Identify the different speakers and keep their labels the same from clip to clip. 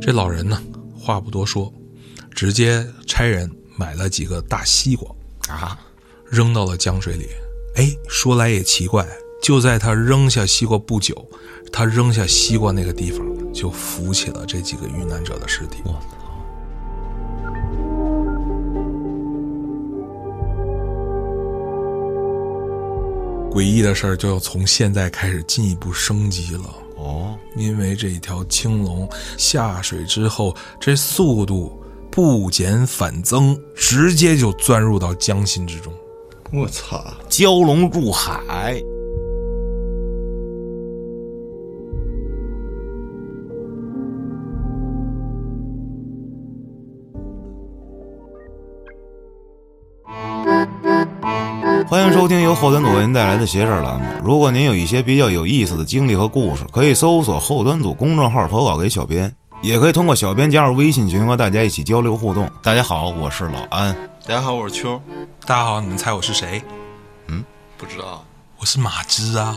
Speaker 1: 这老人呢，话不多说，直接差人买了几个大西瓜，
Speaker 2: 啊，
Speaker 1: 扔到了江水里。哎，说来也奇怪，就在他扔下西瓜不久，他扔下西瓜那个地方就浮起了这几个遇难者的尸体。
Speaker 2: 我操，
Speaker 1: 诡异的事儿就要从现在开始进一步升级了。
Speaker 2: 哦，
Speaker 1: 因为这一条青龙下水之后，这速度不减反增，直接就钻入到江心之中。
Speaker 3: 我操！
Speaker 2: 蛟龙入海，欢迎收听由后端组为您带来的“邪事儿”栏目。如果您有一些比较有意思的经历和故事，可以搜索后端组公众号投稿给小编，也可以通过小编加入微信群和大家一起交流互动。大家好，我是老安。
Speaker 3: 大家好，我是秋，
Speaker 1: 大家好，你们猜我是谁？
Speaker 3: 不知道
Speaker 1: 我是马芝啊！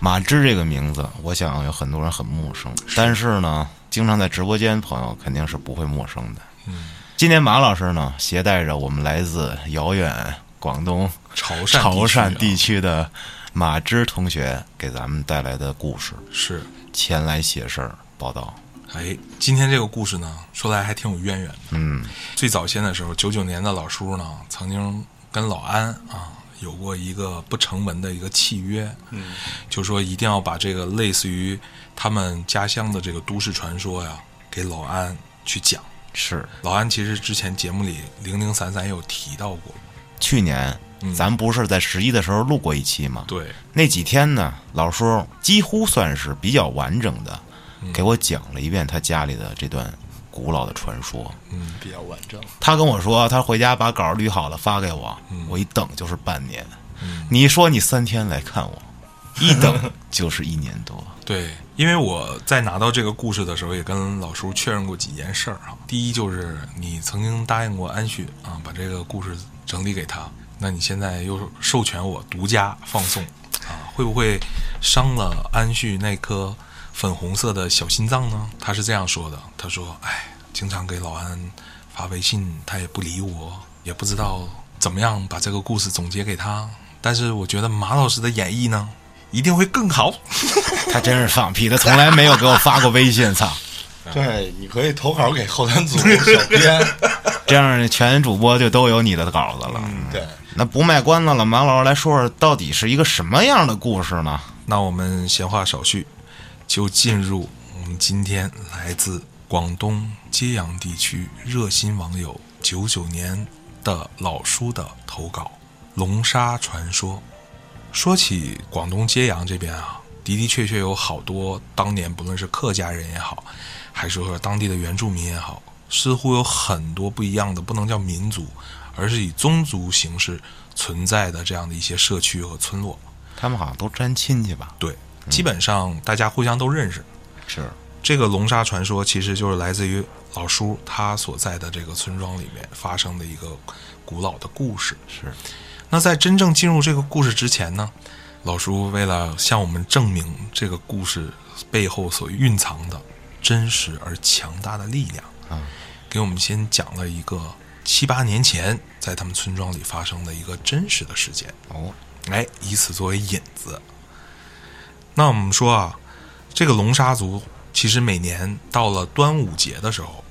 Speaker 2: 马芝这个名字，我想有很多人很陌生，但是呢，经常在直播间朋友肯定是不会陌生的。今天马老师呢，携带着我们来自遥远广东
Speaker 1: 潮汕
Speaker 2: 潮汕地
Speaker 1: 区
Speaker 2: 区的马芝同学给咱们带来的故事，
Speaker 1: 啊是，
Speaker 2: 前来写事儿报道。
Speaker 1: 哎，今天这个故事呢，说来还挺有渊源的。
Speaker 2: 嗯，
Speaker 1: 最早先的时候，九九年的老叔呢，曾经跟老安啊有过一个不成文的一个契约，嗯，就说一定要把这个类似于他们家乡的这个都市传说呀，给老安去讲。
Speaker 2: 是
Speaker 1: 老安其实之前节目里零零散散有提到过，
Speaker 2: 去年。咱不是在十一的时候录过一期吗？
Speaker 1: 对，
Speaker 2: 那几天呢，老叔几乎算是比较完整的，给我讲了一遍他家里的这段古老的传说。
Speaker 3: 比较完整。
Speaker 2: 他跟我说，他回家把稿儿捋好了发给我，我一等就是半年。你说你三天来看我，一 等就是一年多。
Speaker 1: 对，因为我在拿到这个故事的时候，也跟老叔确认过几件事儿啊。第一就是你曾经答应过安旭啊，把这个故事整理给他，那你现在又授权我独家放送啊，会不会伤了安旭那颗粉红色的小心脏呢？他是这样说的，他说：“哎，经常给老安发微信，他也不理我，也不知道怎么样把这个故事总结给他。但是我觉得马老师的演绎呢，一定会更好。”
Speaker 2: 他真是放屁，他从来没有给我发过微信。 操，
Speaker 3: 对，你可以投稿给后端 组小编。
Speaker 2: 这样全主播就都有你的稿子了。
Speaker 3: 对，
Speaker 2: 嗯那不卖关子了，马老师来说说到底是一个什么样的故事呢？
Speaker 1: 那我们闲话少叙，就进入我们今天来自广东揭阳地区热心网友九九年的老叔的投稿《龙沙传说》。说起广东揭阳这边啊，的的确确有好多当年不论是客家人也好，还是说当地的原住民也好，似乎有很多不一样的，不能叫民族，而是以宗族形式存在的这样的一些社区和村落。
Speaker 2: 他们好像都沾亲戚吧？
Speaker 1: 对，基本上大家互相都认识。
Speaker 2: 是，
Speaker 1: 这个龙沙传说其实就是来自于老叔他所在的这个村庄里面发生的一个古老的故事。
Speaker 2: 是，
Speaker 1: 那在真正进入这个故事之前呢，老叔为了向我们证明这个故事背后所蕴藏的真实而强大的力量，
Speaker 2: 啊，
Speaker 1: 给我们先讲了一个七八年前在他们村庄里发生的一个真实的事件。
Speaker 2: 哦，
Speaker 1: 哎，以此作为引子。那我们说啊，这个龙沙族其实每年到了端午节的时候，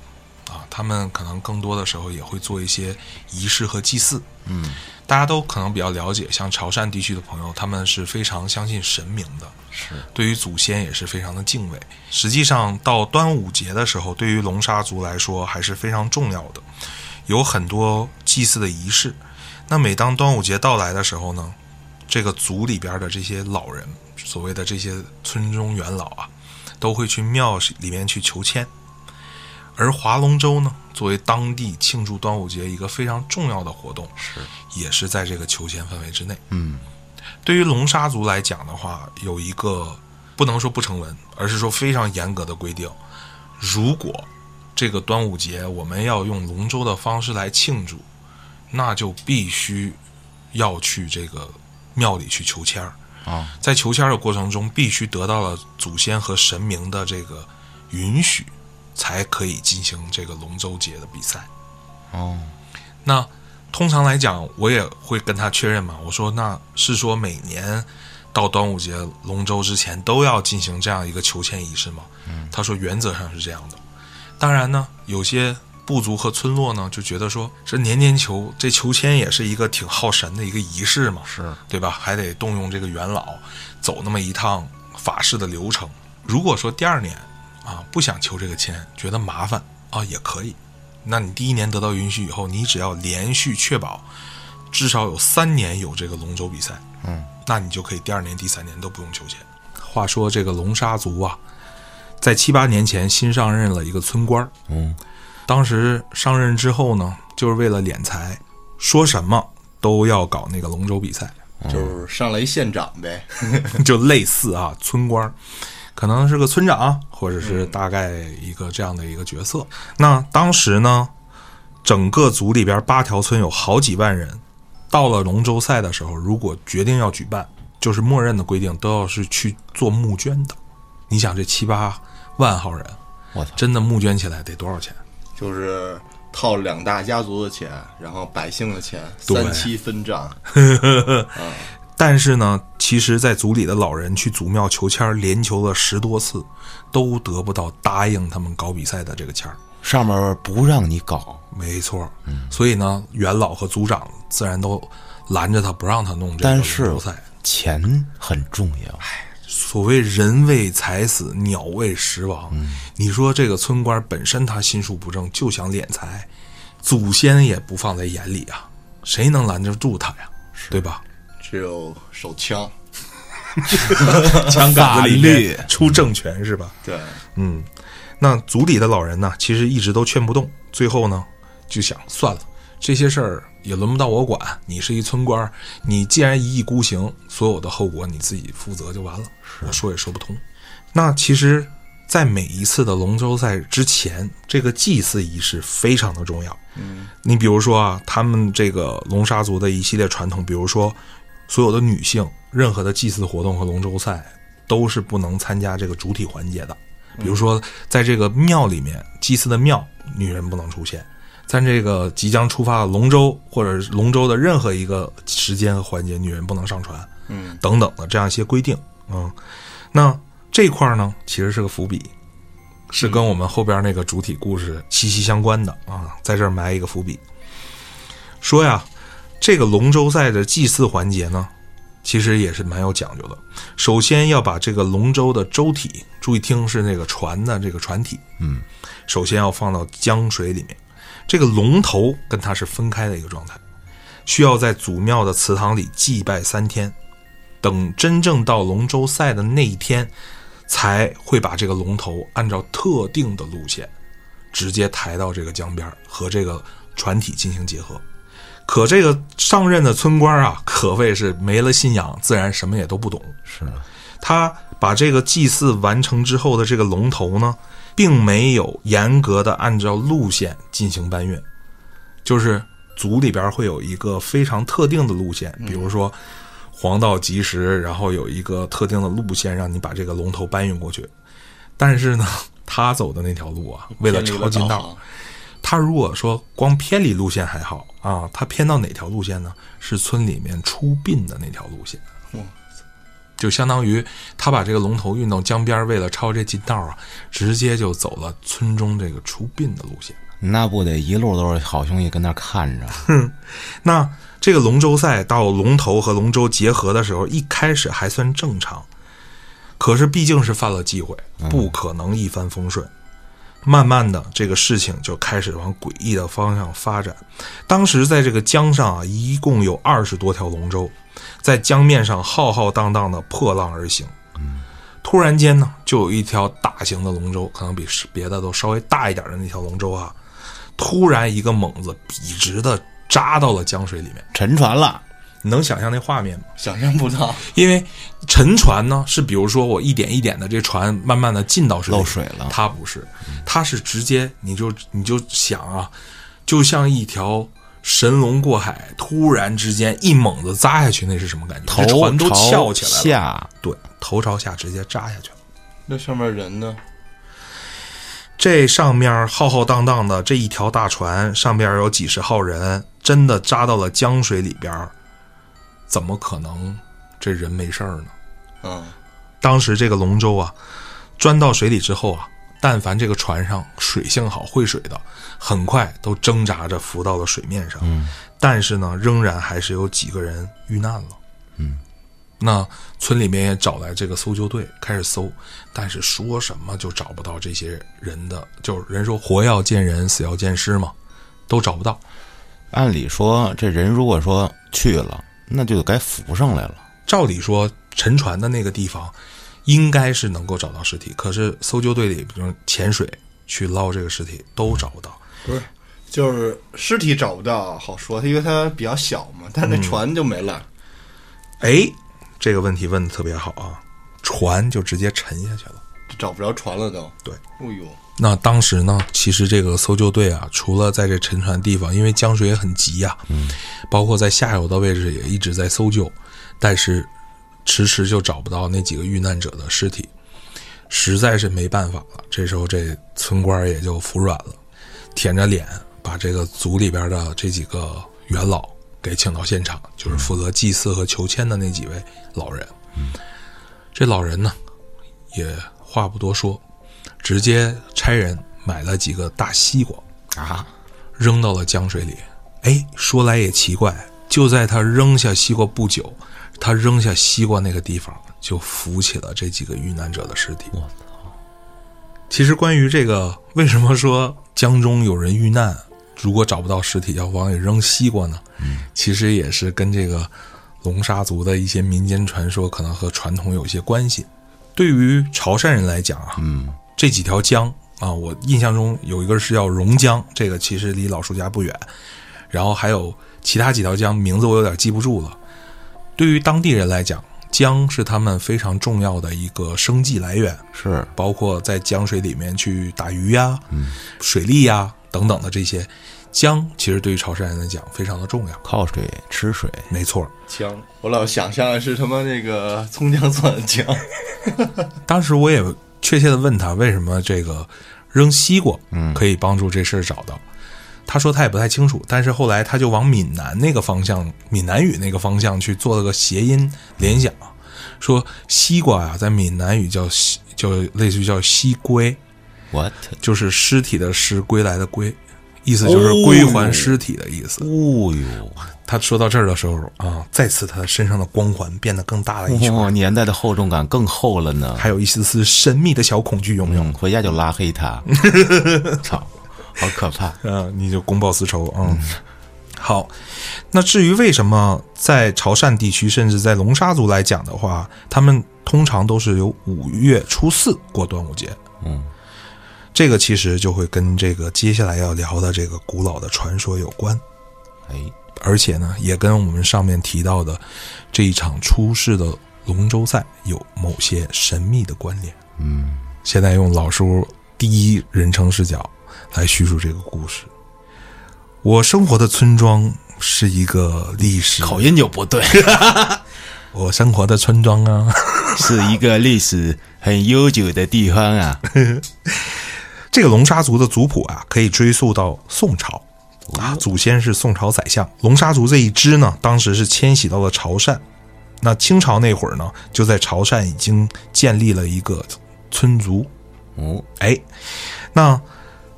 Speaker 1: 啊，他们可能更多的时候也会做一些仪式和祭祀。
Speaker 2: 嗯，
Speaker 1: 大家都可能比较了解，像潮汕地区的朋友，他们是非常相信神明的，
Speaker 2: 是，
Speaker 1: 对于祖先也是非常的敬畏。实际上，到端午节的时候，对于龙沙族来说还是非常重要的，有很多祭祀的仪式。那每当端午节到来的时候呢，这个族里边的这些老人，所谓的这些村中元老啊，都会去庙里面去求签。而划龙舟呢，作为当地庆祝端午节一个非常重要的活动，
Speaker 2: 是，
Speaker 1: 也是在这个求签范围之内。
Speaker 2: 嗯，
Speaker 1: 对于龙沙族来讲的话，有一个不能说不成文，而是说非常严格的规定：如果这个端午节我们要用龙舟的方式来庆祝，那就必须要去这个庙里去求签儿。
Speaker 2: 啊、
Speaker 1: 在求签儿的过程中，必须得到了祖先和神明的这个允许，才可以进行这个龙舟节的比赛。
Speaker 2: 哦，
Speaker 1: 那通常来讲，我也会跟他确认嘛。我说，那是说每年到端午节、龙舟之前都要进行这样一个求签仪式吗？嗯、他说原则上是这样的。当然呢，有些部族和村落呢就觉得说，这年年求，这求签也是一个挺耗神的一个仪式嘛，
Speaker 2: 是
Speaker 1: 对吧？还得动用这个元老走那么一趟法事的流程。如果说第二年啊不想求这个签，觉得麻烦啊也可以，那你第一年得到允许以后，你只要连续确保至少有三年有这个龙舟比赛，
Speaker 2: 嗯，
Speaker 1: 那你就可以第二年、第三年都不用求签。话说这个龙沙族啊，在七八年前新上任了一个村官儿，
Speaker 2: 嗯，
Speaker 1: 当时上任之后呢，就是为了敛财，说什么都要搞那个龙舟比赛，
Speaker 3: 就是上来一县长呗，
Speaker 1: 就类似啊村官儿，可能是个村长，或者是大概一个这样的一个角色。那当时呢，整个组里边八条村有好几万人，到了龙舟赛的时候，如果决定要举办，就是默认的规定都要是去做募捐的。你想这七八万号人，
Speaker 2: 我操，
Speaker 1: 真的募捐起来得多少钱？
Speaker 3: 就是套两大家族的钱，然后百姓的钱，
Speaker 1: 对
Speaker 3: 三七分账。
Speaker 1: 但是呢，其实，在组里的老人去祖庙求签儿，连求了十多次，都得不到答应他们搞比赛的这个签儿。
Speaker 2: 上面不让你搞，
Speaker 1: 没错，所以呢，元老和族长自然都拦着他，不让他弄这个
Speaker 2: 但是
Speaker 1: 龙舟赛。
Speaker 2: 钱很重要。
Speaker 1: 所谓人为财死，鸟为食亡。你说这个村官本身他心术不正，就想敛财，祖先也不放在眼里啊，谁能拦得住他呀？对吧？
Speaker 3: 只有手枪，
Speaker 1: 枪杆子里面
Speaker 2: 法律
Speaker 1: 出政权是吧？
Speaker 3: 对，
Speaker 1: 嗯，那族里的老人呢，其实一直都劝不动，最后呢，就想算了，这些事儿也轮不到我管。你是一村官儿，你既然一意孤行，所有的后果你自己负责就完了。我说也说不通。那其实，在每一次的龙舟赛之前，这个祭祀仪式非常的重要。嗯，你比如说啊，他们这个龙沙族的一系列传统，比如说所有的女性，任何的祭祀活动和龙舟赛都是不能参加这个主体环节的。比如说，在这个庙里面祭祀的庙，女人不能出现；在这个即将出发的龙舟或者是龙舟的任何一个时间和环节，女人不能上船，
Speaker 3: 嗯，
Speaker 1: 等等的这样一些规定。嗯，那这块儿呢，其实是个伏笔，是跟我们后边那个主体故事息息相关的啊，在这儿埋一个伏笔。说呀，这个龙舟赛的祭祀环节呢，其实也是蛮有讲究的。首先要把这个龙舟的舟体，注意听是那个船的这个船体，
Speaker 2: 嗯，
Speaker 1: 首先要放到江水里面。这个龙头跟它是分开的一个状态，需要在祖庙的祠堂里祭拜三天，等真正到龙舟赛的那一天，才会把这个龙头按照特定的路线，直接抬到这个江边儿和这个船体进行结合。可这个上任的村官啊，可谓是没了信仰，自然什么也都不懂。
Speaker 2: 是
Speaker 1: 他把这个祭祀完成之后的这个龙头呢，并没有严格的按照路线进行搬运，就是组里边会有一个非常特定的路线，比如说黄道吉时，然后有一个特定的路线让你把这个龙头搬运过去。但是呢，他走的那条路啊，为了
Speaker 3: 偏离
Speaker 1: 抄近道，
Speaker 3: 导航，
Speaker 1: 他如果说光偏离路线还好啊，他偏到哪条路线呢？是村里面出殡的那条路线
Speaker 3: 哇。
Speaker 1: 就相当于他把这个龙头运到江边，为了抄这近道啊，直接就走了村中这个出殡的路线。
Speaker 2: 那不得一路都是好兄弟跟那儿看 着？
Speaker 1: 那这个龙舟赛到龙头和龙舟结合的时候，一开始还算正常，可是毕竟是犯了忌讳，不可能一帆风顺。慢慢的，这个事情就开始往诡异的方向发展。当时在这个江上啊，一共有二十多条龙舟，在江面上浩浩荡荡的破浪而行。突然间呢，就有一条大型的龙舟，可能比是别的都稍微大一点的那条龙舟啊，突然一个猛子笔直的扎到了江水里面。
Speaker 2: 沉船了，
Speaker 1: 你能想象那画面吗？
Speaker 3: 想象不 到，
Speaker 1: 因为沉船呢是，比如说我一点一点的这船慢慢的进到水里
Speaker 2: 漏水了
Speaker 1: 它不是，它是直接你就你就想啊，就像一条神龙过海，突然之间一猛子扎下去，那是什么感觉？
Speaker 2: 头
Speaker 1: 这船都
Speaker 2: 朝
Speaker 1: 翘起来了，
Speaker 2: 下
Speaker 1: 对，头朝下直接扎下去了。
Speaker 3: 那上面人呢？
Speaker 1: 这上面浩浩荡荡的这一条大船，上边有几十号人，真的扎到了江水里边儿，怎么可能这人没事儿呢？
Speaker 3: 嗯，
Speaker 1: 当时这个龙舟啊，钻到水里之后啊，但凡这个船上水性好、会水的，很快都挣扎着浮到了水面上。嗯，但是呢，仍然还是有几个人遇难了。嗯，那村里面也找来这个搜救队开始搜，但是说什么就找不到这些人的，就是人说活要见人，死要见尸嘛，都找不到。
Speaker 2: 按理说，这人如果说去了，那就该浮上来了。
Speaker 1: 照理说，沉船的那个地方应该是能够找到尸体，可是搜救队里，比如潜水去捞这个尸体都找不到。
Speaker 4: 不是，就是尸体找不到好说，因为它比较小嘛，但
Speaker 3: 嗯
Speaker 4: 是那船就没了。
Speaker 1: 哎，这个问题问的特别好啊，船就直接沉下去了。
Speaker 4: 就找不着船了都。
Speaker 1: 对，
Speaker 4: 哎呦，
Speaker 1: 那当时呢，其实这个搜救队啊，除了在这沉船地方，因为江水也很急呀、嗯，包括在下游的位置也一直在搜救，但是迟迟就找不到那几个遇难者的尸体，实在是没办法了。这时候这村官也就服软了，舔着脸把这个族里边的这几个元老给请到现场，就是负责祭祀和求签的那几位老人。这老人呢，也话不多说，直接差人买了几个大西瓜
Speaker 2: 啊，
Speaker 1: 扔到了江水里。哎，说来也奇怪，就在他扔下西瓜不久，他扔下西瓜那个地方就浮起了这几个遇难者的尸体。我操！其实关于这个，为什么说江中有人遇难，如果找不到尸体要往里扔西瓜呢？其实也是跟这个龙沙族的一些民间传说可能和传统有些关系。对于潮汕人来讲啊，嗯，这几条江啊，我印象中有一个是叫榕江，这个其实离老叔家不远，然后还有其他几条江名字我有点记不住了。对于当地人来讲，江是他们非常重要的一个生计来源，
Speaker 2: 是
Speaker 1: 包括在江水里面去打鱼呀、水利呀、等等的这些，江其实对于潮汕人来讲非常的重要。
Speaker 2: 靠水吃水。
Speaker 1: 没错，
Speaker 4: 枪！我老想象的是他妈那个葱姜蒜的姜，
Speaker 1: 当时我也确切的问他为什么这个扔西瓜可以帮助这事儿找到，他说他也不太清楚，但是后来他就往闽南那个方向，闽南语那个方向去做了个谐音联想，说西瓜啊，在闽南语叫西，就类似于叫西归，
Speaker 2: What？
Speaker 1: 就是尸体的尸，归来的归，意思就是归还尸体的意思。
Speaker 2: 哦呦，
Speaker 1: 他说到这儿的时候啊，再次他身上的光环变得更大了一圈，
Speaker 2: 哇，年代的厚重感更厚 了呢。
Speaker 1: 还有一丝丝神秘的小恐惧涌涌。
Speaker 2: 嗯，回家就拉黑 他。操，好可怕！
Speaker 1: 呃，你就公报私仇啊、嗯好，那至于为什么在潮汕地区，甚至在龙沙族来讲的话，他们通常都是有五月初四过端午节。
Speaker 2: 嗯，
Speaker 1: 这个其实就会跟这个接下来要聊的这个古老的传说有关，
Speaker 2: 哎，
Speaker 1: 而且呢，也跟我们上面提到的这一场出世的龙舟赛有某些神秘的关联。
Speaker 2: 嗯，
Speaker 1: 现在用老叔第一人称视角来叙述这个故事。我生活的村庄是一个历史，
Speaker 2: 口音就不对，
Speaker 1: 我生活的村庄啊，
Speaker 2: 是一个历史很悠久的地方啊。
Speaker 1: 这个龙沙族的族谱啊，可以追溯到宋朝啊，祖先是宋朝宰相。龙沙族这一支呢，当时是迁徙到了潮汕。那清朝那会儿呢，就在潮汕已经建立了一个村族。
Speaker 2: 哦，
Speaker 1: 哎，那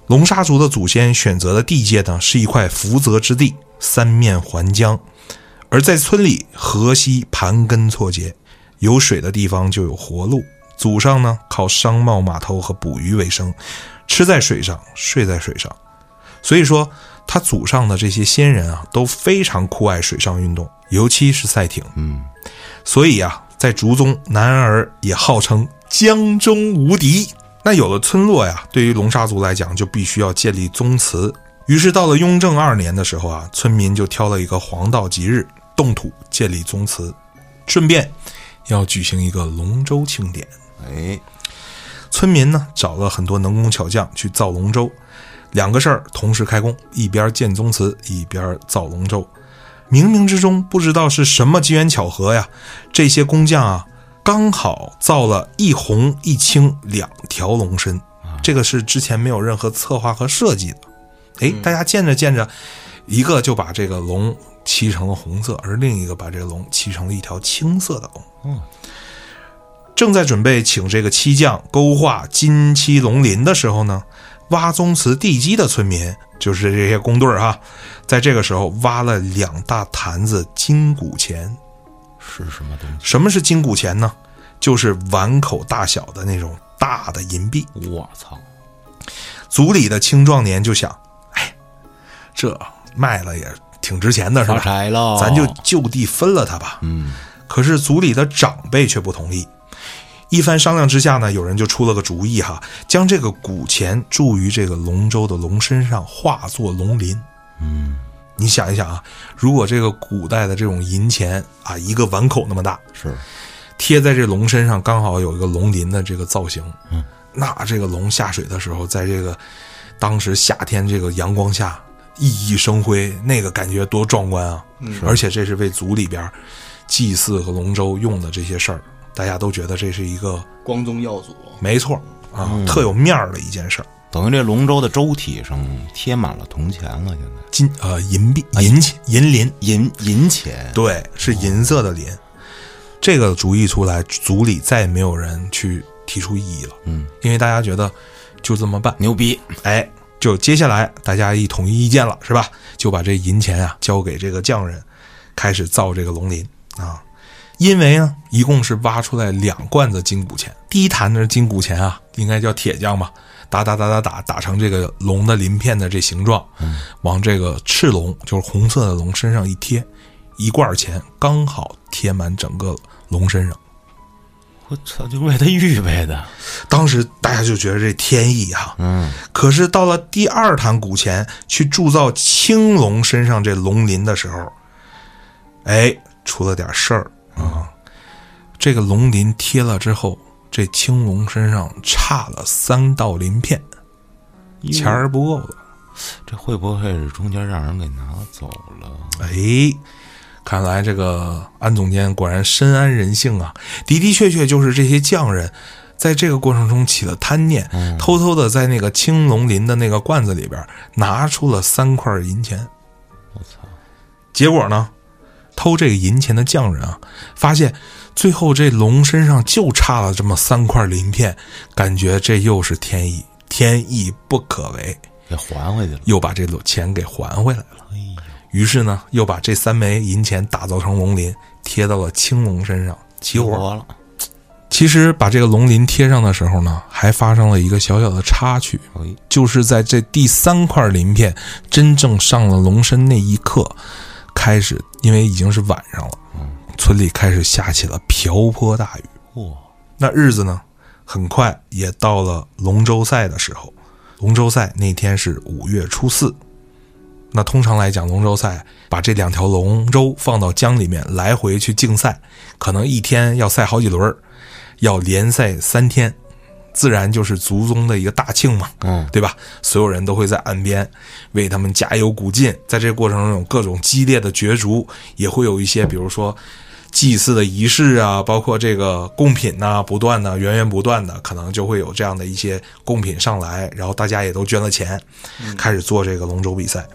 Speaker 1: 龙沙族的祖先选择的地界呢，是一块福泽之地，三面环江，而在村里河西盘根错节，有水的地方就有活路。祖上呢靠商贸码头和捕鱼为生，吃在水上，睡在水上。所以说，他祖上的这些先人啊，都非常酷爱水上运动，尤其是赛艇。
Speaker 2: 嗯，
Speaker 1: 所以啊，在竹宗，男儿也号称江中无敌。那有了村落呀，对于龙沙族来讲，就必须要建立宗祠。于是到了雍正二年的时候啊，村民就挑了一个黄道吉日，动土建立宗祠，顺便要举行一个龙舟庆典。
Speaker 2: 哎，
Speaker 1: 村民呢找了很多能工巧匠去造龙舟，两个事儿同时开工，一边建宗祠，一边造龙舟。冥冥之中，不知道是什么机缘巧合呀，这些工匠啊，刚好造了一红一青两条龙身，这个是之前没有任何策划和设计的。哎，大家见着见着，一个就把这个龙漆成了红色，而另一个把这个龙漆成了一条青色的龙。正在准备请这个漆匠勾画金漆龙鳞的时候呢，挖宗祠地基的村民，就是这些工队儿哈，在这个时候挖了两大坛子金骨钱。
Speaker 2: 是什么东西？
Speaker 1: 什么是金骨钱呢？就是碗口大小的那种大的银币。
Speaker 2: 我操！
Speaker 1: 族里的青壮年就想，哎，这卖了也挺值钱的，是
Speaker 2: 发
Speaker 1: 吧？
Speaker 2: 财 喽！
Speaker 1: 咱就就地分了它吧。
Speaker 2: 嗯，
Speaker 1: 可是族里的长辈却不同意。一番商量之下呢，有人就出了个主意哈，将这个古钱铸于这个龙舟的龙身上，化作龙鳞。嗯，你想一想啊，如果这个古代的这种银钱啊，一个碗口那么大，
Speaker 2: 是
Speaker 1: 贴在这龙身上，刚好有一个龙鳞的这个造型。嗯，那这个龙下水的时候，在这个当时夏天这个阳光下熠熠生辉，那个感觉多壮观啊！而且这是为族里边祭祀和龙舟用的这些事儿，大家都觉得这是一个
Speaker 4: 光宗耀祖，
Speaker 1: 没错啊，特有面儿的一件事儿。
Speaker 2: 等于这龙舟的舟体上贴满了铜钱了，现在
Speaker 1: 金呃银币银钱银鳞，
Speaker 2: 银银钱，
Speaker 1: 对，是银色的鳞。这个主意出来，族里再也没有人去提出异议了。嗯，因为大家觉得就这么办，
Speaker 2: 牛逼！
Speaker 1: 哎，就接下来大家一统一意见了，是吧？就把这银钱啊交给这个匠人，开始造这个龙鳞啊。因为呢，一共是挖出来两罐子金骨钱，第一坛的金骨钱啊，应该叫铁匠吧，打打打打打打成这个龙的鳞片的这形状，往这个赤龙就是红色的龙身上一贴，一罐钱刚好贴满整个龙身上。
Speaker 2: 我操，就为他预备的，
Speaker 1: 当时大家就觉得这天意哈、
Speaker 2: 嗯，
Speaker 1: 可是到了第二坛古钱去铸造青龙身上这龙鳞的时候，哎，出了点事儿啊！这个龙鳞贴了之后，这青龙身上差了三道鳞片，钱儿不够了。
Speaker 2: 这会不会是中间让人给拿走了？
Speaker 1: 哎，看来这个安总监果然深谙人性啊！的的确确就是这些匠人，在这个过程中起了贪念，偷偷的在那个青龙鳞的那个罐子里边拿出了三块银钱。
Speaker 2: 我操！
Speaker 1: 结果呢，偷这个银钱的匠人啊，发现最后这龙身上就差了这么三块鳞片，感觉这又是天意，天意不可违，
Speaker 2: 给还回去了。
Speaker 1: 又把这钱给还回来了。
Speaker 2: 哎呦，
Speaker 1: 于是呢，又把这三枚银钱打造成龙鳞，贴到了青龙身上起火。
Speaker 2: 活了！
Speaker 1: 其实把这个龙鳞贴上的时候呢，还发生了一个小小的插曲，
Speaker 2: 哎，
Speaker 1: 就是在这第三块鳞片真正上了龙身那一刻，开始，因为已经是晚上了，村里开始下起了瓢泼大雨。
Speaker 2: 嚯，
Speaker 1: 那日子呢，很快也到了龙舟赛的时候。龙舟赛那天是五月初四。那通常来讲，龙舟赛把这两条龙舟放到江里面来回去竞赛，可能一天要赛好几轮儿，要连赛三天，自然就是族中的一个大庆嘛，
Speaker 2: 嗯，
Speaker 1: 对吧？所有人都会在岸边为他们加油鼓劲，在这个过程中有各种激烈的角逐，也会有一些比如说祭祀的仪式啊，包括这个贡品呐、不断的源源不断的，可能就会有这样的一些贡品上来，然后大家也都捐了钱，开始做这个龙舟比赛。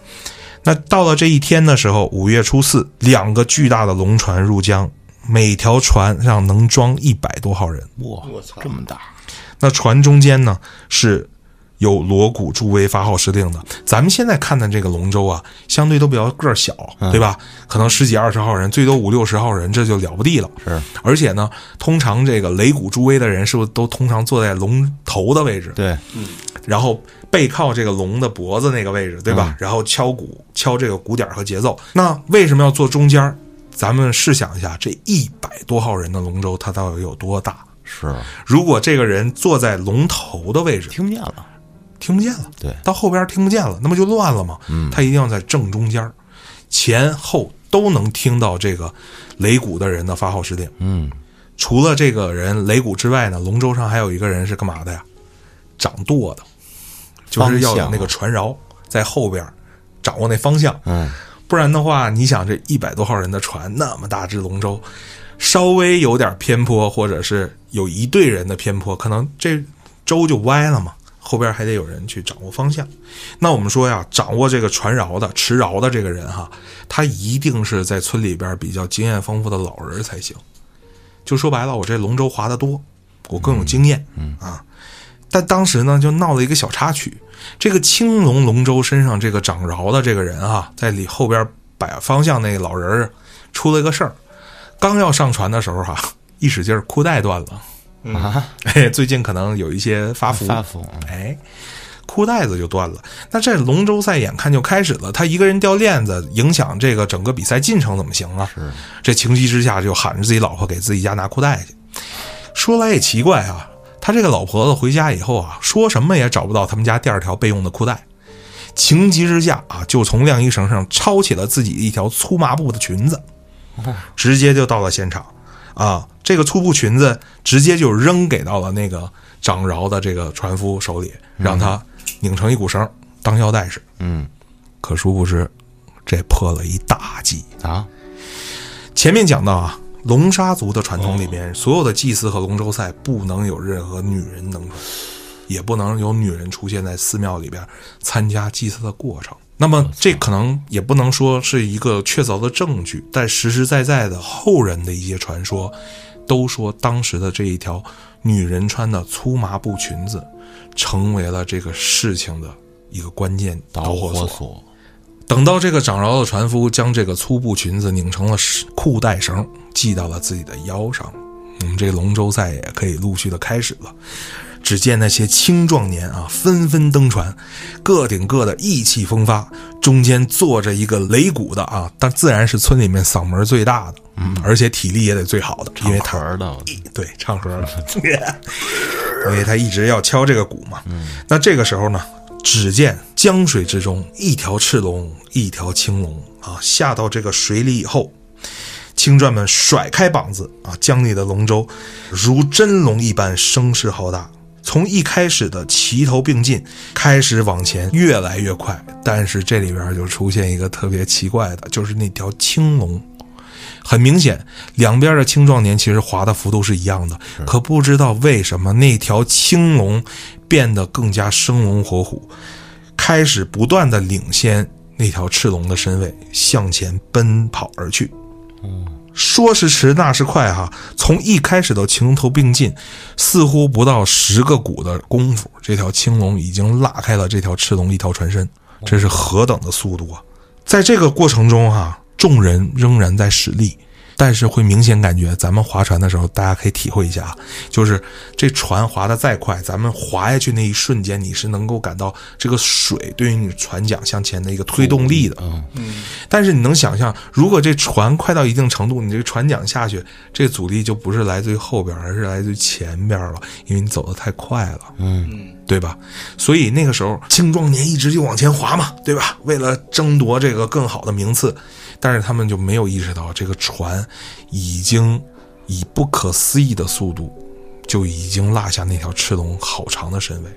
Speaker 1: 那到了这一天的时候，五月初四，两个巨大的龙船入江，每条船上能装一百多号人。
Speaker 2: 哇，
Speaker 4: 我操
Speaker 2: 这么大！
Speaker 1: 那船中间呢是有锣鼓助威发号施令的。咱们现在看的这个龙舟啊，相对都比较个儿小，
Speaker 2: 嗯
Speaker 1: 对吧？可能十几二十号人，最多五六十号人，这就了不地了。
Speaker 2: 是，
Speaker 1: 而且呢，通常这个擂鼓助威的人，是不是都通常坐在龙头的位置？
Speaker 2: 对，
Speaker 1: 然后背靠这个龙的脖子那个位置，对
Speaker 2: 嗯
Speaker 1: 吧？然后敲鼓，敲这个鼓点儿和节奏。那为什么要坐中间儿？咱们试想一下，这一百多号人的龙舟，它到底有多大？
Speaker 2: 是
Speaker 1: 如果这个人坐在龙头的位置，
Speaker 2: 听不见了。
Speaker 1: 听不见了，
Speaker 2: 对
Speaker 1: 到后边听不见了，那不就乱了吗？嗯，他一定要在正中间儿，前后都能听到这个擂鼓的人的发号施令。
Speaker 2: 嗯，
Speaker 1: 除了这个人擂鼓之外呢，龙舟上还有一个人是干嘛的呀？掌舵的，就是要有那个船桡在后边儿掌握那方向。
Speaker 2: 嗯，
Speaker 1: 不然的话，你想这一百多号人的船，那么大只龙舟，稍微有点偏颇，或者是有一队人的偏颇，可能这舟就歪了嘛，后边还得有人去掌握方向。那我们说呀，掌握这个传饶的、持饶的这个人哈，他一定是在村里边比较经验丰富的老人才行。就说白了，我这龙舟划得多，我更有经验，嗯啊。但当时呢，就闹了一个小插曲。这个青龙龙舟身上这个掌饶的这个人啊，在里后边摆方向那个老人儿出了一个事儿，刚要上船的时候哈、一使劲儿裤带断了。
Speaker 2: 啊，
Speaker 1: 哎，最近可能有一些发福，
Speaker 2: 发疯，
Speaker 1: 哎，裤带子就断了。那这龙舟赛眼看就开始了，他一个人掉链子，影响这个整个比赛进程，怎么行啊？
Speaker 2: 是
Speaker 1: 这情急之下就喊着自己老婆给自己家拿裤带去。说来也奇怪啊，他这个老婆子回家以后啊，说什么也找不到他们家第二条备用的裤带。情急之下啊，就从晾衣绳上抄起了自己一条粗麻布的裙子，直接就到了现场。啊，这个粗布裙子直接就扔给到了那个掌饶的这个船夫手里，让他拧成一股绳当腰带使。
Speaker 2: 嗯
Speaker 1: 可殊不知，这破了一大忌。
Speaker 2: 啊，
Speaker 1: 前面讲到啊，龙沙族的传统里边，所有的祭祀和龙舟赛不能有任何女人能穿，也不能有女人出现在寺庙里边参加祭祀的过程。那么这可能也不能说是一个确凿的证据，但实实在在的后人的一些传说，都说当时的这一条女人穿的粗麻布裙子，成为了这个事情的一个关键导
Speaker 2: 导
Speaker 1: 火索
Speaker 2: 火。索，
Speaker 1: 等到这个掌饶的船夫将这个粗布裙子拧成了裤带绳，系到了自己的腰上，我们这龙舟赛也可以陆续的开始了。只见那些青壮年啊，纷纷登船，个顶个的意气风发，中间坐着一个擂鼓的啊，但自然是村里面嗓门最大的，嗯，而且体力也得最好的，因为他
Speaker 2: 唱词儿的，
Speaker 1: 对，唱和了，因为他一直要敲这个鼓嘛。那这个时候呢，只见江水之中一条赤龙，一条青龙啊，下到这个水里以后，青壮们甩开膀子啊，江里的龙舟如真龙一般声势浩大。从一开始的齐头并进，开始往前越来越快，但是这里边就出现一个特别奇怪的，就是那条青龙很明显，两边的青壮年其实划的幅度是一样的，可不知道为什么那条青龙变得更加生龙活虎，开始不断的领先那条赤龙的身位，向前奔跑而去。说时迟，那时快哈！从一开始到情头并进，似乎不到十个鼓的功夫，这条青龙已经拉开了这条赤龙一条船身，这是何等的速度啊！在这个过程中哈、众人仍然在使力，但是会明显感觉，咱们划船的时候，大家可以体会一下啊，就是这船划得再快，咱们划下去那一瞬间，你是能够感到这个水对于你船桨向前的一个推动力的。
Speaker 2: 嗯，
Speaker 1: 但是你能想象，如果这船快到一定程度，你这个船桨下去，这阻力就不是来自于后边，而是来自于前边了，因为你走得太快了，嗯，对吧？所以那个时候青壮年一直就往前滑嘛，对吧？为了争夺这个更好的名次，但是他们就没有意识到这个船已经以不可思议的速度就已经落下那条赤龙好长的身位。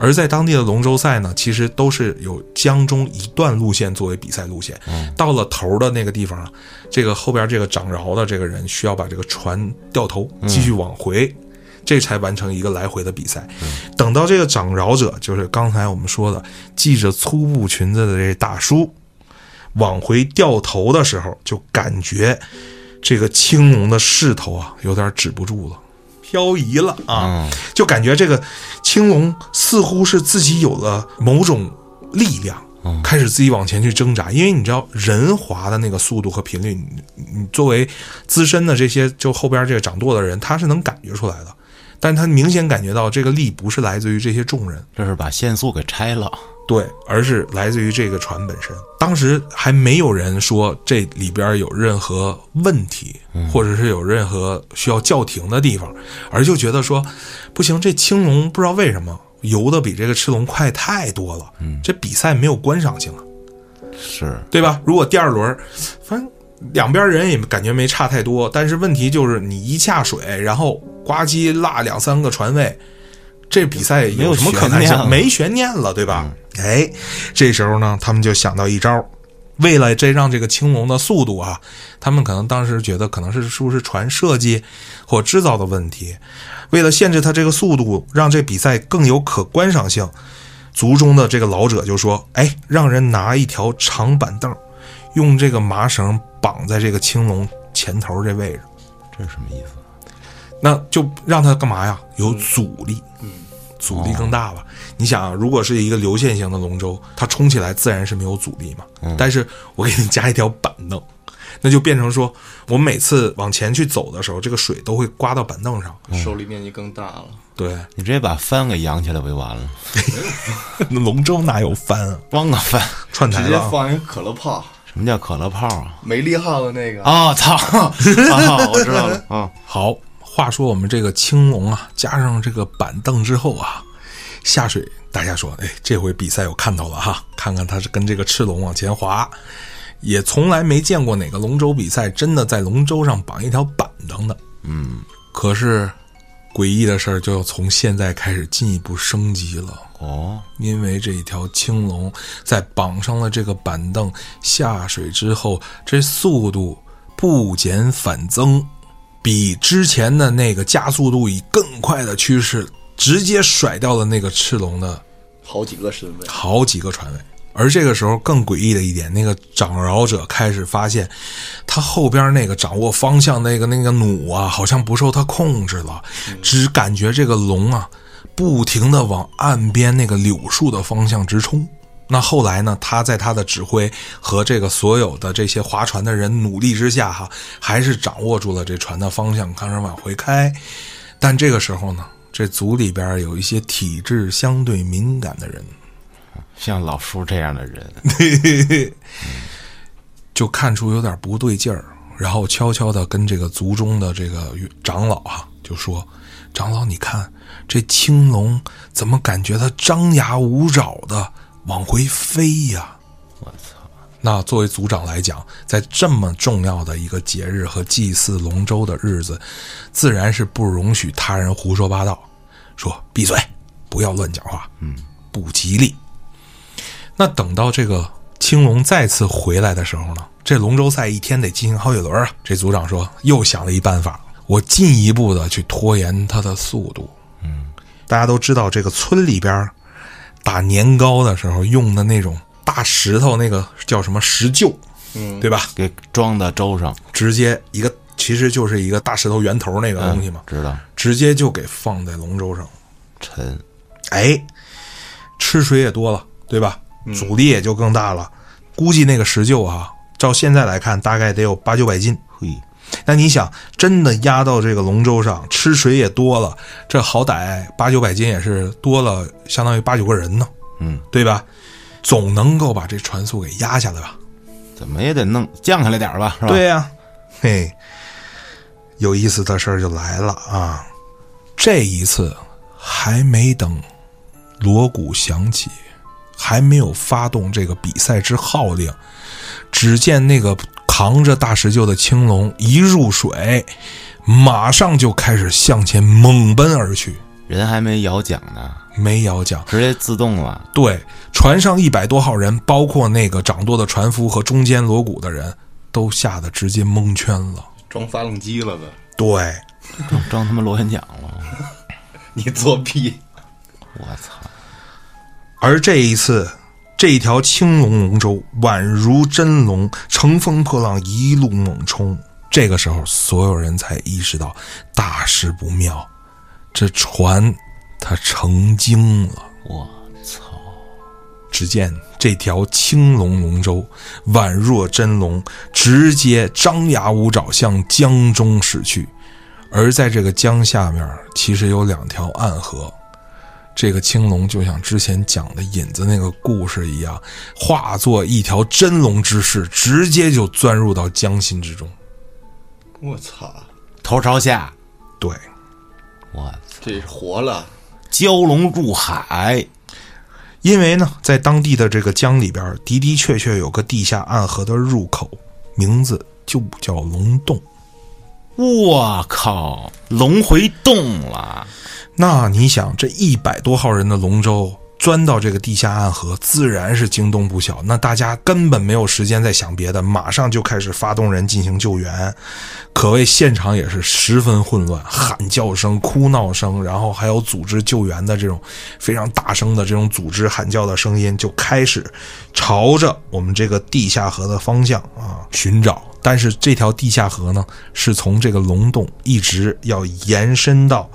Speaker 1: 而在当地的龙舟赛呢，其实都是有江中一段路线作为比赛路线。到了头的那个地方啊，这个后边这个掌饶的这个人需要把这个船掉头，继续往回，这才完成一个来回的比赛。等到这个掌饶者，就是刚才我们说的系着粗布裙子的这大叔，往回掉头的时候，就感觉这个青龙的势头啊，有点止不住了。漂移了啊，
Speaker 2: 嗯
Speaker 1: 就感觉这个青龙似乎是自己有了某种力量，开始自己往前去挣扎。因为你知道，人滑的那个速度和频率，你你作为资深的这些就后边这个掌舵的人，他是能感觉出来的。但他明显感觉到这个力不是来自于这些众人，
Speaker 2: 这是把限速给拆了，
Speaker 1: 对，而是来自于这个船本身。当时还没有人说这里边有任何问题，或者是有任何需要叫停的地方，而就觉得说，不行，这青龙不知道为什么游的比这个赤龙快太多了，这比赛没有观赏性啊。
Speaker 2: 是
Speaker 1: 对吧？如果第二轮儿，反正两边人也感觉没差太多，但是问题就是你一下水，然后呱唧落两三个船位，这比赛有什么可看
Speaker 2: 没有悬念了
Speaker 1: 性？没悬念了，对吧？哎，这时候呢，他们就想到一招，为了这让这个青龙的速度啊，他们可能当时觉得可能是是不是船设计或制造的问题，为了限制它这个速度，让这比赛更有可观赏性，族中的这个老者就说：“哎，让人拿一条长板凳，用这个麻绳绑在这个青龙前头这位置，
Speaker 2: 这是什么意思？
Speaker 1: 那就让他干嘛呀？有阻力，嗯，阻力更大吧。你想啊，如果是一个流线型的龙舟，它冲起来自然是没有阻力嘛。但是我给你加一条板凳，那就变成说我每次往前去走的时候，这个水都会刮到板凳上。
Speaker 4: 受力面积更大了。
Speaker 1: 对，
Speaker 2: 你直接把帆给扬起来不就完了？
Speaker 1: 那龙舟哪有翻啊？
Speaker 2: 光个帆，
Speaker 1: 串
Speaker 4: 直
Speaker 1: 台
Speaker 4: 接
Speaker 1: 了啊。
Speaker 4: 放一可乐泡，
Speaker 2: 什么叫可乐泡啊？
Speaker 4: 梅利号的那个，
Speaker 2: 啊、 操！啊，我知道了啊。
Speaker 1: 好，话说我们这个青龙啊，加上这个板凳之后啊，下水，大家说，哎，这回比赛有看头了哈！看看他是跟这个赤龙往前滑，也从来没见过哪个龙舟比赛真的在龙舟上绑一条板凳的。嗯，可是诡异的事儿就要从现在开始进一步升级了。
Speaker 2: 哦，
Speaker 1: 因为这一条青龙在绑上了这个板凳下水之后，这速度不减反增，比之前的那个加速度以更快的趋势，直接甩掉了那个赤龙的
Speaker 4: 好几个身位，
Speaker 1: 好几个船尾。而这个时候更诡异的一点，那个掌饶者开始发现，他后边那个掌握方向那个那个弩啊，好像不受他控制了，只感觉这个龙啊，不停的往岸边那个柳树的方向直冲。那后来呢？他在他的指挥和这个所有的这些划船的人努力之下，哈，还是掌握住了这船的方向，开始往回开。但这个时候呢，这组里边有一些体质相对敏感的人，
Speaker 2: 像老叔这样的人，
Speaker 1: 就看出有点不对劲儿，然后悄悄的跟这个族中的这个长老啊，就说：“长老，你看这青龙怎么感觉它张牙舞爪的往回飞呀？”
Speaker 2: 我操！
Speaker 1: 那作为族长来讲，在这么重要的一个节日和祭祀龙舟的日子，自然是不容许他人胡说八道，说闭嘴，不要乱讲话，嗯，不吉利。那等到这个青龙再次回来的时候呢，这龙舟赛一天得进行好几轮啊。这组长说又想了一办法，我进一步的去拖延它的速度。嗯，大家都知道这个村里边儿打年糕的时候用的那种大石头，那个叫什么石臼，嗯，对吧？
Speaker 2: 给装到粥 上，
Speaker 1: 直接一个其实就是一个大石头圆头那个东西嘛，
Speaker 2: 嗯知道？
Speaker 1: 直接就给放在龙舟上。
Speaker 2: 沉，
Speaker 1: 哎，吃水也多了，对吧？阻力也就更大了。估计那个石臼啊，照现在来看，大概得有八九百斤。
Speaker 2: 嘿，
Speaker 1: 那你想，真的压到这个龙舟上，吃水也多了，这好歹八九百斤也是多了，相当于八九个人呢，
Speaker 2: 嗯，
Speaker 1: 对吧？总能够把这船速给压下来吧？
Speaker 2: 怎么也得弄降下来点儿吧，是吧？
Speaker 1: 对，呀、嘿，有意思的事儿就来了啊！这一次还没等锣鼓响起，还没有发动这个比赛之号令，只见那个扛着大石臼的青龙一入水，马上就开始向前猛奔而去。
Speaker 2: 人还没摇桨呢，
Speaker 1: 没摇桨，
Speaker 2: 直接自动了，
Speaker 1: 对，船上一百多号人，包括那个掌舵的船夫和中间锣鼓的人，都吓得直接蒙圈了。
Speaker 4: 装发动机了呗？
Speaker 1: 对，
Speaker 2: 装装他妈螺旋桨了，
Speaker 4: 你作弊，
Speaker 2: 我操！
Speaker 1: 而这一次，这一条青龙龙舟宛如真龙，乘风破浪，一路猛冲。这个时候，所有人才意识到大事不妙，这船它成精了。
Speaker 2: 我操！
Speaker 1: 只见这条青龙龙舟宛若真龙，直接张牙舞爪向江中驶去。而在这个江下面，其实有两条暗河。这个青龙就像之前讲的引子那个故事一样，化作一条真龙之势，直接就钻入到江心之中。
Speaker 4: 我操，
Speaker 2: 头朝下，
Speaker 1: 对，
Speaker 2: 我操！
Speaker 4: 这是活了，
Speaker 2: 蛟龙入海，
Speaker 1: 因为呢，在当地的这个江里边，的的确确有个地下暗河的入口，名字就叫龙洞。
Speaker 2: 我靠！龙回洞了，
Speaker 1: 那你想，这一百多号人的龙舟，钻到这个地下暗河，自然是惊动不小。那大家根本没有时间再想别的，马上就开始发动人进行救援，可谓现场也是十分混乱，喊叫声、哭闹声，然后还有组织救援的这种非常大声的这种组织喊叫的声音，就开始朝着我们这个地下河的方向啊寻找。但是这条地下河呢，是从这个龙洞一直要延伸到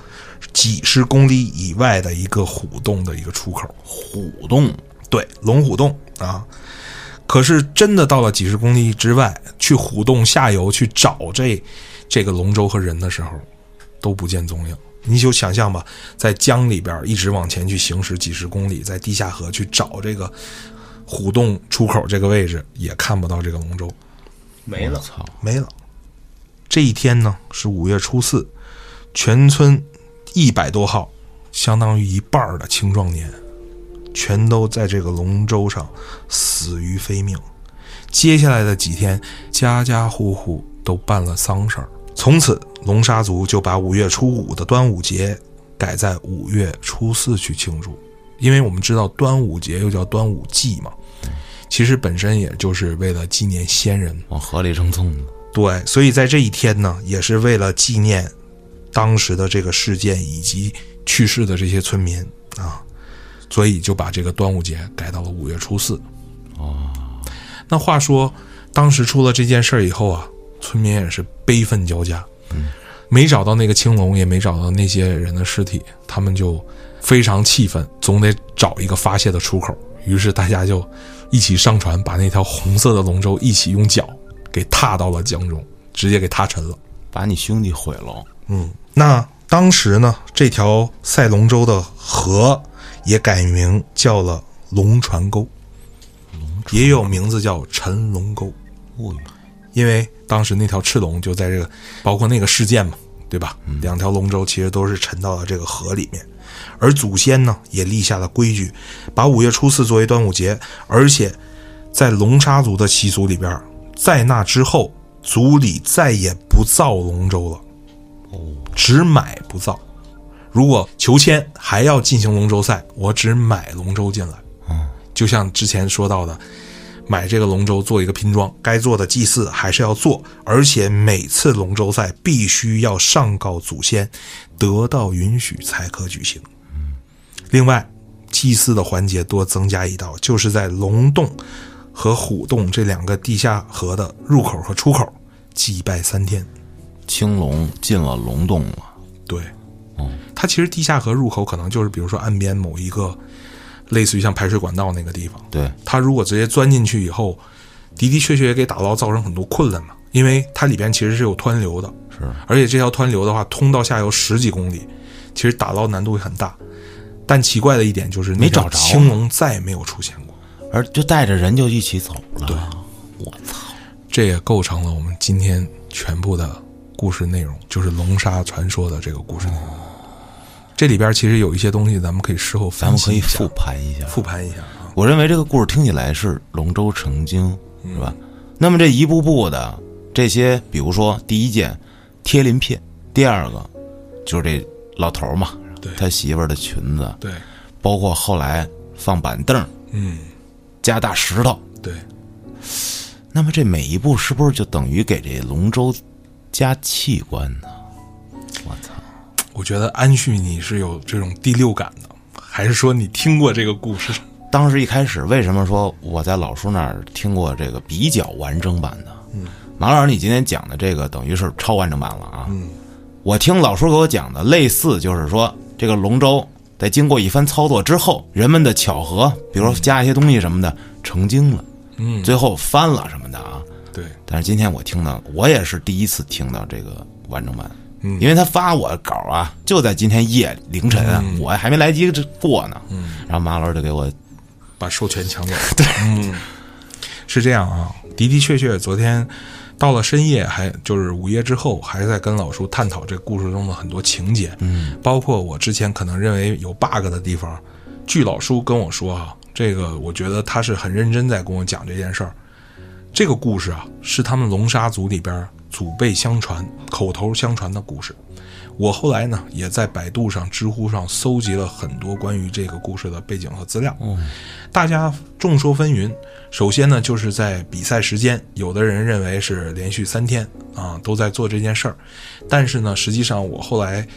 Speaker 1: 几十公里以外的一个虎洞的一个出口。
Speaker 2: 虎洞，
Speaker 1: 对，龙虎洞啊。可是真的到了几十公里之外，去虎洞下游去找这这个龙舟和人的时候，都不见踪影。你就想象吧，在江里边一直往前去行驶几十公里，在地下河去找这个虎洞出口这个位置，也看不到这个龙舟。
Speaker 4: 没了。
Speaker 2: 操，
Speaker 1: 没了。这一天呢是五月初四，全村一百多号，相当于一半儿的青壮年，全都在这个龙舟上死于非命。接下来的几天，家家户户都办了丧事儿。从此，龙沙族就把五月初五的端午节改在五月初四去庆祝，因为我们知道端午节又叫端午祭嘛，其实本身也就是为了纪念先人。
Speaker 2: 往河里扔粽子，
Speaker 1: 对，所以在这一天呢，也是为了纪念当时的这个事件以及去世的这些村民啊，所以就把这个端午节改到了五月初四。哦，那话说，当时出了这件事儿以后啊，村民也是悲愤交加，没找到那个青龙，也没找到那些人的尸体，他们就非常气愤，总得找一个发泄的出口。于是大家就一起上船，把那条红色的龙舟一起用脚给踏到了江中，直接给踏沉了。
Speaker 2: 把你兄弟毁了。哦
Speaker 1: 嗯，那当时呢，这条赛龙舟的河也改名叫了龙船沟，也有名字叫陈龙沟。
Speaker 2: 哦呦，
Speaker 1: 因为当时那条赤龙就在这个，包括那个事件嘛，对吧？两条龙舟其实都是沉到了这个河里面，而祖先呢也立下了规矩，把五月初四作为端午节，而且在龙沙族的习俗里边，在那之后族里再也不造龙舟了，只买不造。如果求签还要进行龙舟赛，我只买龙舟进来。就像之前说到的，买这个龙舟做一个拼装，该做的祭祀还是要做，而且每次龙舟赛必须要上告祖先，得到允许才可举行。另外，祭祀的环节多增加一道，就是在龙洞和虎洞这两个地下河的入口和出口祭拜三天。
Speaker 2: 青龙进了龙洞了，
Speaker 1: 对，它其实地下河入口可能就是比如说岸边某一个类似于像排水管道那个地方，
Speaker 2: 对，
Speaker 1: 它如果直接钻进去以后，的的确确也给打捞造成很多困难嘛，因为它里边其实是有湍流的，
Speaker 2: 是，
Speaker 1: 而且这条湍流的话，通到下游十几公里，其实打捞难度会很大。但奇怪的一点就是，
Speaker 2: 没找着啊
Speaker 1: 青龙再也没有出现过，
Speaker 2: 而就带着人就一起走了。
Speaker 1: 对，
Speaker 2: 我操，
Speaker 1: 这也构成了我们今天全部的故事内容，就是龙沙传说的这个故事内容。这里边其实有一些东西，咱们可以事后
Speaker 2: 咱
Speaker 1: 分
Speaker 2: 们可
Speaker 1: 析
Speaker 2: 以
Speaker 1: 一下
Speaker 2: 复盘一下。
Speaker 1: 复盘一下啊。
Speaker 2: 我认为这个故事听起来是龙舟成精，是吧？那么这一步步的这些，比如说第一件贴鳞片，第二个就是这老头儿嘛
Speaker 1: 对，
Speaker 2: 他媳妇儿的裙子，
Speaker 1: 对，
Speaker 2: 包括后来放板凳儿
Speaker 1: 嗯，
Speaker 2: 加大石头，
Speaker 1: 对，
Speaker 2: 那么这每一步是不是就等于给这龙舟加器官呢？我操！
Speaker 1: 我觉得安旭你是有这种第六感的，还是说你听过这个故事？
Speaker 2: 当时一开始为什么说我在老叔那儿听过这个比较完整版的？嗯，马老师，你今天讲的这个等于是超完整版了啊。嗯，我听老叔给我讲的类似，就是说这个龙舟在经过一番操作之后，人们的巧合，比如说加一些东西什么的，成精了，
Speaker 1: 嗯，
Speaker 2: 最后翻了什么的啊。
Speaker 1: 对，
Speaker 2: 但是今天我听到，我也是第一次听到这个完整版，
Speaker 1: 嗯
Speaker 2: 因为他发我稿啊，就在今天夜凌晨啊，我还没来及这过呢，嗯，然后马老师就给我
Speaker 1: 把授权抢走了。 对，嗯，是这样啊，的的确确，昨天到了深夜还，就是午夜之后，还在跟老叔探讨这故事中的很多情节，嗯，包括我之前可能认为有 bug 的地方，据老叔跟我说啊，这个我觉得他是很认真在跟我讲这件事儿。这个故事啊，是他们龙沙族里边祖辈相传、口头相传的故事。我后来呢，也在百度上、知乎上搜集了很多关于这个故事的背景和资料。大家众说纷纭。首先呢，就是在比赛时间，有的人认为是连续三天啊都在做这件事儿，但是呢，实际上我后来